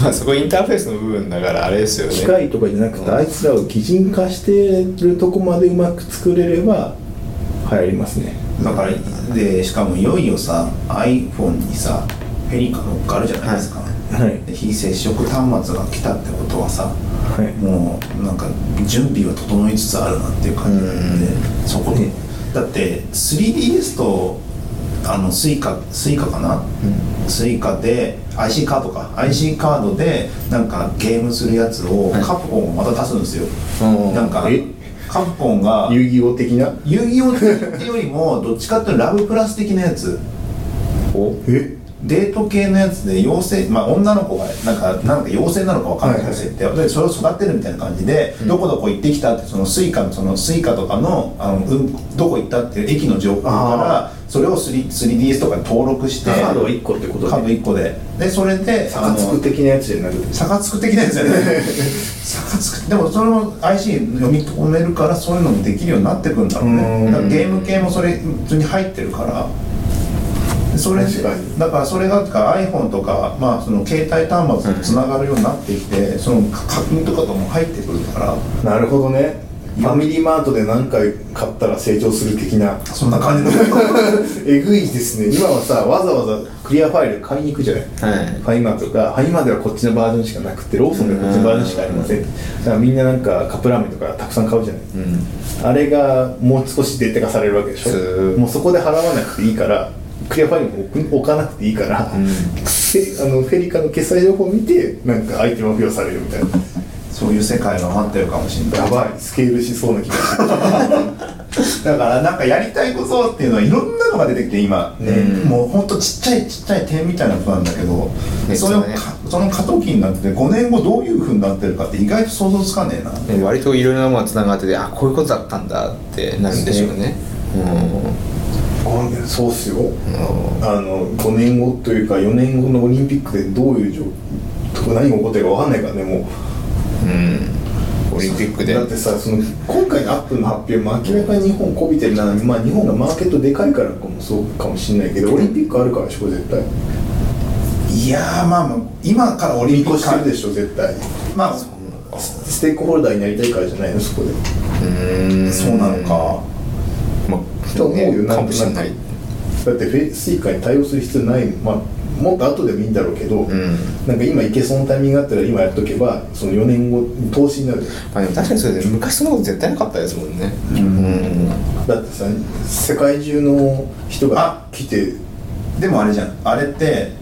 Speaker 2: まあそこインターフェースの部分だからあれですよね
Speaker 3: 機械とかじゃなくてあいつらを擬人化してるとこまでうまく作れれば流行りますね
Speaker 1: だからでしかもいよいよさ iPhone にさフェリカ乗っかるじゃないですか、
Speaker 3: はい
Speaker 1: で非接触端末が来たってことはさ
Speaker 3: はい
Speaker 1: もうなんか準備は整いつつあるなっていう感じなんでそこでだって 3DS とあのスイカスイカかな、スイカで IC カードか IC カードでなんかゲームするやつをカプコンがまた出すんですよ、
Speaker 2: うん
Speaker 1: なんか
Speaker 3: え
Speaker 1: カプコンが
Speaker 3: 遊戯王的な
Speaker 1: 遊戯王ってよりもどっちかっていうとラブプラス的なやつ
Speaker 2: お
Speaker 3: え
Speaker 1: デート系のやつで妖精まあ女の子がなんかなんか妖精なのかわかんないけど設定はでそれを育てるみたいな感じで、どこどこ行ってきたってそのスイカのそのスイカとかのあの、うん、どこ行ったっていう駅の情報からそれを 3- 3DS とかに登録して
Speaker 3: カードは1個ってこと
Speaker 1: カード
Speaker 3: で
Speaker 1: 1個ででそれで
Speaker 3: サカツク的なやつじゃなくて
Speaker 1: サカツク的なやつよ ねサカツクでもそれも IC 読み込めるからそういうのもできるようになってくんだろう
Speaker 3: う
Speaker 1: ね
Speaker 3: ん
Speaker 1: だからゲーム系もそれ普通に入ってるからでそれ
Speaker 3: 確かに
Speaker 1: だからそれがだから iPhone とか、まあ、その携帯端末とつながるようになってきて、その課金とかとも入ってくるから
Speaker 3: なるほどねファミリーマートで何回買ったら成長する的な
Speaker 1: そんな感じ の
Speaker 3: えぐいですね今はさわざわざクリアファイル買いに行くじゃない、
Speaker 2: はい
Speaker 3: ファイマーとかファイマーではこっちのバージョンしかなくてローソンではこっちのバージョンしかありませんだからみんななんかカップラーメンとかたくさん買うじゃない、
Speaker 2: うん
Speaker 3: あれがもう少しデータ化されるわけでし
Speaker 2: そ
Speaker 3: ょ
Speaker 2: う
Speaker 3: もうそこで払わなくていいからクリアファイルも置く置かなくていいから、
Speaker 2: ん
Speaker 3: せあのフェリカの決済情報を見てなんかアイテム付与されるみたいな
Speaker 1: そういう世界が待ってるかもしれない
Speaker 3: やばいスケールしそうな気がする
Speaker 1: だからなんかやりたいことっていうのはいろんなのが出てきて今、もうほんとちっちゃいちっちゃい点みたいなことなんだけど、
Speaker 2: ね
Speaker 1: それを
Speaker 2: そうね
Speaker 1: かその過渡期になってて5年後どういうふうになってるかって意外と想像つかねえな
Speaker 2: ね割といろいろなものがつながっててあこういうことだったんだってなるんでしょうねうん
Speaker 3: 五年そうっすよ、あの5年後というか4年後のオリンピックでどういう状況何が起こってるか分かんないからねも
Speaker 2: うんオリンピック
Speaker 3: う
Speaker 2: で
Speaker 3: だってさその今回のアップルの発表も明らかに日本こびてるなまあ日本がマーケットでかいからかもそうかもしれないけどオリンピックあるからでしょ絶対
Speaker 1: いやーまあもう今からオリン
Speaker 3: 見
Speaker 1: ピッ
Speaker 3: 越
Speaker 1: ク
Speaker 3: して
Speaker 1: か
Speaker 3: るでしょ絶対
Speaker 1: まあ
Speaker 3: スステークホルダーになりたいからじゃないのそこで
Speaker 2: うん
Speaker 1: そうなのか
Speaker 2: まあ
Speaker 3: と思うよ
Speaker 2: ね
Speaker 3: なん
Speaker 2: かもしれない
Speaker 3: なんだってフェイスイカに対応する必要ないまあもっと後でもいいんだろうけど、
Speaker 2: うん
Speaker 3: なんか今いけそうなタイミングがあったら今やっとけばその4年後に投資になる
Speaker 2: まあでも確かにそれで昔そんなこと絶対なかったですもんねうん
Speaker 3: だってさ世界中の人が来て
Speaker 1: でもあれじゃんあれって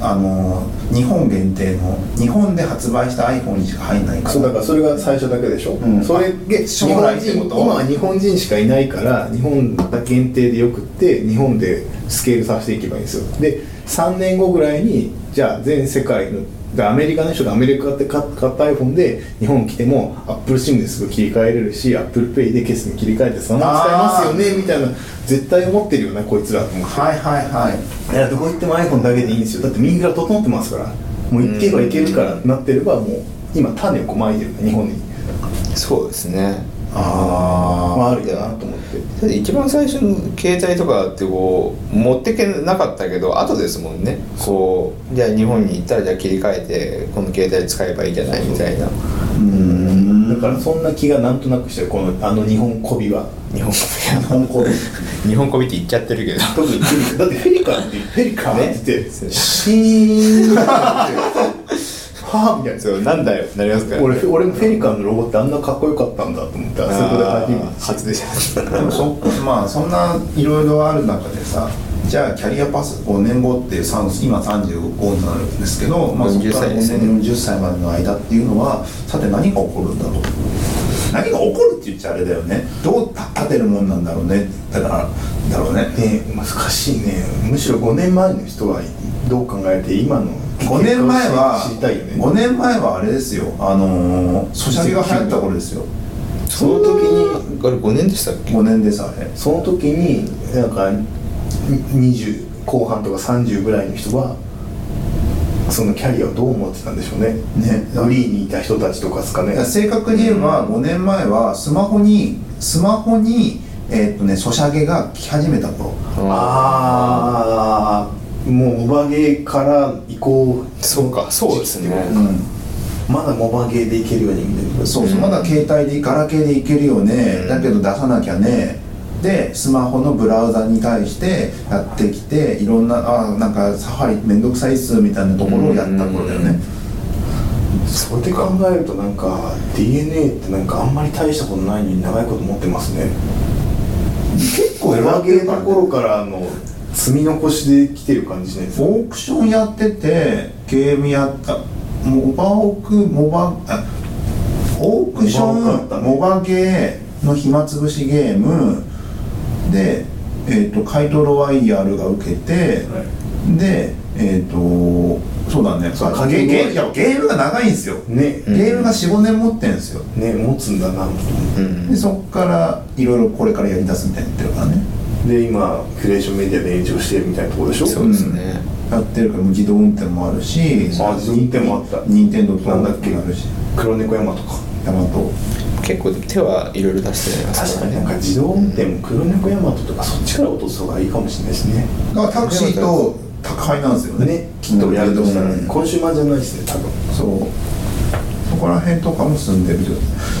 Speaker 1: あのー日本限定の日本で発売した iPhone にしか入んないから
Speaker 3: そうだからそれが最初だけでしょ、
Speaker 1: うん
Speaker 3: それで
Speaker 1: 将来ってこと
Speaker 3: 日本人今は日本人しかいないから日本だけ限定でよくって日本でスケールさせていけばいいんですよで3年後ぐらいにじゃあ全世界のでアメリカの人がアメリカで買買った iPhone で日本来ても AppleSIM ですぐ切り替えれるし ApplePay で決済に切り替えてそのまま使えますよねみたいな絶対思ってるよなこいつらと思って
Speaker 1: はいはいはい
Speaker 3: いやどこ行っても iPhone だけでいいんですよだって右が整ってますからもう行けば行けるからなってればもう今種をこうまいてる日本に
Speaker 2: そうですね
Speaker 1: あ
Speaker 3: まああるやなと思って
Speaker 2: だって一番最初の携帯とかってこう持ってけなかったけど後ですもんねこうじゃあ日本に行ったらじゃあ切り替えてこの携帯使えばいいじゃないみたいな
Speaker 1: うーん
Speaker 3: だからそんな気がなんとなくしてるこのあの日本こびは
Speaker 2: 日本
Speaker 1: 日
Speaker 2: 語
Speaker 1: 本語で
Speaker 2: 日本語見て言っちゃってるけど
Speaker 3: 特にフェリカだってフェリカってフェリカって言って
Speaker 2: そう
Speaker 3: シーンってはあみたい な
Speaker 2: そうなんだよなりますから
Speaker 3: 俺俺もフェリカのロゴってあんなかっこよかったんだと思ってあそこで初めて
Speaker 2: あー初でした
Speaker 1: でもそまあそんないろいろある中でさじゃあキャリアパス5年後ってさん今35になるんですけど、まあ、そこ
Speaker 2: 40
Speaker 1: から
Speaker 2: 歳
Speaker 1: 5
Speaker 2: ですね
Speaker 1: 年40歳までの間っていうのはさて何が起こるんだろう何が起こるって言っちゃあれだよねどう立てるもんなんだろうねだからだろうね
Speaker 3: ね難しいねむしろ5年前の人はどう考えて今の
Speaker 1: 5年前は
Speaker 3: 知りたいよね
Speaker 1: 5年前はあれですよあのーソシャゲが流行った頃ですよ
Speaker 2: その時にあれ5年でしたっけ
Speaker 1: 5年ですあれ
Speaker 3: その時になんか20後半とか30ぐらいの人はそのキャリアをどう思ってたんでしょうね
Speaker 1: ね
Speaker 3: フリーにいた人たちとかですかね
Speaker 1: いや正確に言えば5年前はスマホにスマホにえーっとねソシャゲが来始めた頃
Speaker 3: ああもうモバゲーから移行
Speaker 2: そうかそうですね
Speaker 1: うん
Speaker 3: まだモバゲーでいけるようにみたいな
Speaker 1: そうそう
Speaker 2: うん
Speaker 1: まだ携帯でガラケーでいけるよね、
Speaker 2: うん
Speaker 1: だけど出さなきゃねでスマホのブラウザに対してやってきていろんなあーなんかサファリめんどくさいっすみたいなところをやった頃だよね、
Speaker 3: それで考えるとなんか DNA ってなんかあんまり大したことないのに長いこと持ってますね
Speaker 1: 結構
Speaker 3: モ
Speaker 1: 選
Speaker 3: バ
Speaker 1: べ
Speaker 3: ゲ
Speaker 1: る
Speaker 3: ー
Speaker 1: か
Speaker 3: の
Speaker 1: らね
Speaker 3: 頃からの積み残しで来てる感じしないですか
Speaker 1: オークションやっててゲームやったモバオクモバあオークショ
Speaker 3: モバオクあった
Speaker 1: ン
Speaker 3: ね
Speaker 1: モバゲーの暇つぶしゲームで、えー、と怪盗ロワイヤルが受けて、
Speaker 3: は
Speaker 1: でえっ、とそうだね
Speaker 3: そう
Speaker 1: あゲゲームいやゲームが長いんですよ、
Speaker 3: ね
Speaker 1: ゲームが45年持ってんですよ
Speaker 3: ね持つんだな
Speaker 2: うん
Speaker 1: でそっからいろいろこれからやりだすみたいになってるからね
Speaker 3: で今クリエーションメディアで炎上してるみたいなところでしょ
Speaker 2: そうですね
Speaker 1: やってるからもう自動運転もあるし
Speaker 3: あ自動運転もあった
Speaker 1: 任天堂と
Speaker 3: なんだっけ
Speaker 1: もあるし
Speaker 3: 黒猫山とか
Speaker 1: ヤマト
Speaker 2: 結構手はいろいろ出してる
Speaker 3: 確かになんか自動運転も黒猫山とかそっちから落とす方がいいかもしれないですね
Speaker 1: だからタクシーと宅配なんですよね
Speaker 3: ねきっとやるとしたら、
Speaker 1: うん
Speaker 3: コンシューマーじゃないですね多分
Speaker 1: そうそこら辺とかも住んでるよ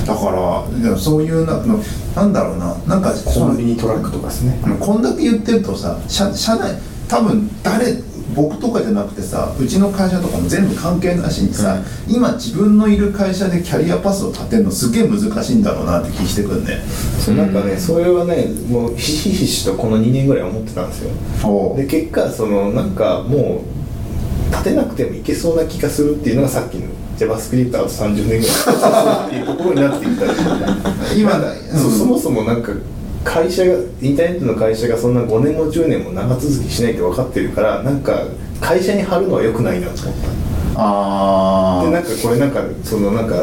Speaker 1: だからでもそういうなのなんだろうななんかそ
Speaker 3: コ
Speaker 1: の
Speaker 3: ンビニトラックとかですね
Speaker 1: こんだけ言ってるとさ社社内多分誰僕とかじゃなくてさうちの会社とかも全部関係なしにさ、今自分のいる会社でキャリアパスを立てるのすげえ難しいんだろうなって気してくんね
Speaker 3: そうなんかねそれはねもうひしひしとこの2年ぐらい思ってたんですよ
Speaker 1: お
Speaker 3: で結果そのなんかもう立てなくてもいけそうな気がするっていうのがさっきのじジャバスクリプトあと30年ぐらいっていうところになってきたりとか
Speaker 1: 今
Speaker 3: だそそもそもなんか会社がインターネットの会社がそんな5年も10年も長続きしないって分かってるからなんか会社に貼るのは良くないなと思った
Speaker 1: あ
Speaker 3: で
Speaker 1: ー
Speaker 3: なんかこれなんかそのなんか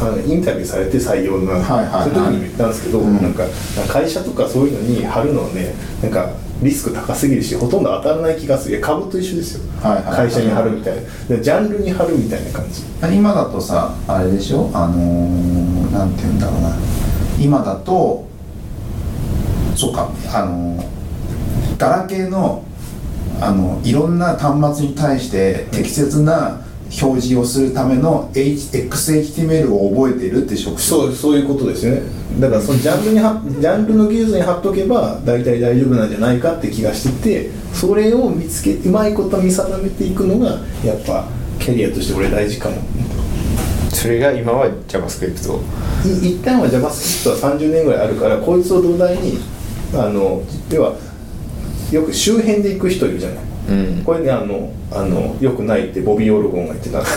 Speaker 3: あのインタビューされて採用の、
Speaker 1: はいはいはい
Speaker 3: そういう時にも言ったんですけど、
Speaker 1: うん
Speaker 3: なんか会社とかそういうのに貼るのはねなんかリスク高すぎるしほとんど当たらない気がするいや株と一緒ですよ、
Speaker 1: はいはいはい
Speaker 3: 会社に貼るみたいなでジャンルに貼るみたいな感じ
Speaker 1: 今だとさあれでしょあのー、なんて言うんだろうな今だとそうかあのーガラケーのあのいろんな端末に対して適切な表示をするための H- XHTML を覚えているって職種
Speaker 3: そうそういうことですよねだからそのジャンルにはジャンルの技術に貼っとけば大体大丈夫なんじゃないかって気がしててそれを見つけうまいこと見定めていくのがやっぱキャリアとして俺大事かも
Speaker 2: それが今は JavaScript
Speaker 3: い一旦は JavaScript は30年ぐらいあるからこいつを土台にあの要はよく周辺で行く人いるじゃない
Speaker 2: うん
Speaker 3: これねあのあのよくないってボビー・オルゴンが言ってた んで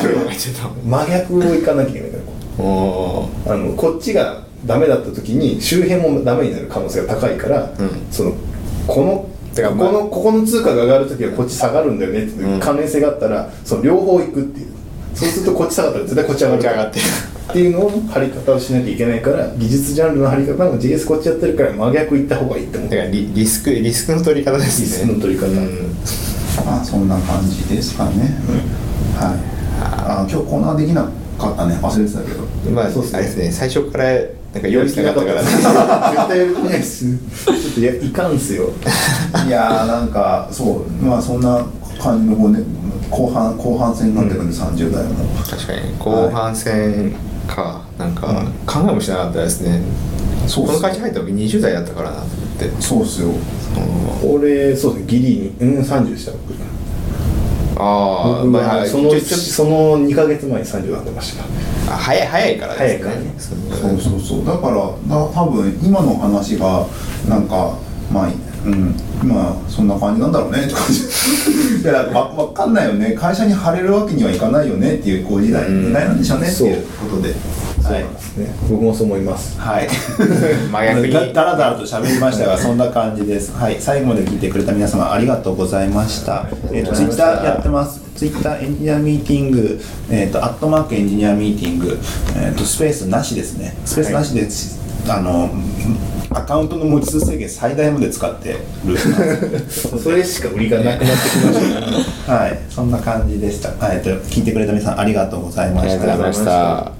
Speaker 3: すけど真逆を行かなきゃいけないから
Speaker 2: おー
Speaker 3: あのこっちがダメだった時に周辺もダメになる可能性が高いから、
Speaker 2: うん
Speaker 3: そのこの
Speaker 2: てか
Speaker 3: こ
Speaker 2: まあ
Speaker 3: このここの通貨が上がる時はこっち下がるんだよねっていう
Speaker 2: うん
Speaker 3: 関連性があったらその両方行くっていうそうするとこっち下がったら絶対こっち上がる
Speaker 2: こっち上がってる
Speaker 3: っていうのを張り方をしなきゃいけないから技術ジャンルの張り方も JS こっちやってるから真逆行った方がいいって思う
Speaker 2: だからリリスクリスクの取り方ですね
Speaker 3: リスクの取り方
Speaker 2: うん
Speaker 1: まあそんな感じですかね、はいあ今日コーナーできなかったね忘れてたけど
Speaker 2: まあ、
Speaker 3: そうっすね
Speaker 2: あれですね、最初からなんか用意してなかったから、ね、
Speaker 3: 絶対やる気ないっすちょっといやいかんっすよ
Speaker 1: いやーなんかそうまあそんな感じのこうね後半後半戦になってくる30代も、
Speaker 2: 確かに後半戦か、なんか考えもしなかったですね、
Speaker 1: そうっ
Speaker 2: こ
Speaker 1: す
Speaker 2: の会社入った時20代だったからなと思って、
Speaker 1: そうっすよ
Speaker 2: うん
Speaker 3: 俺そうですねギリにうん30でした僕
Speaker 2: ああ、
Speaker 3: 僕は
Speaker 2: まあ、
Speaker 3: その
Speaker 2: ちょちょ
Speaker 3: その2か月前に30になってました
Speaker 2: あ早い早いからですね
Speaker 3: 早いからね
Speaker 2: そう
Speaker 1: そうそうそうだからだ多分今の話がなんかまあうんまあそんな感じなんだろうねって感じいやわわかんないよね会社に貼れるわけにはいかないよねっていうこう時代
Speaker 2: うん
Speaker 1: 時代なんでしょうねって
Speaker 3: そう
Speaker 1: いうことで
Speaker 3: そう
Speaker 1: はい
Speaker 3: なんですね僕もそう思いま す
Speaker 1: はい
Speaker 2: 真逆に
Speaker 1: だだらだらと喋りましたがそんな感じですはい最後まで聞いてくれた皆様ありがとうございましたえっ、とツイッターやってますツイッターエンジニアミーティングえっ、とアットマークエンジニアミーティングえっ、とスペースなしですねスペースなしです、あのアカウントの文字数制限最大まで使 ってる
Speaker 3: それしか売りがなくなってきましたね
Speaker 1: はいそんな感じでした、はいえっと聞いてくれた皆さんありがとうございま
Speaker 2: あり
Speaker 1: し
Speaker 2: がとうござい
Speaker 1: た
Speaker 2: ました。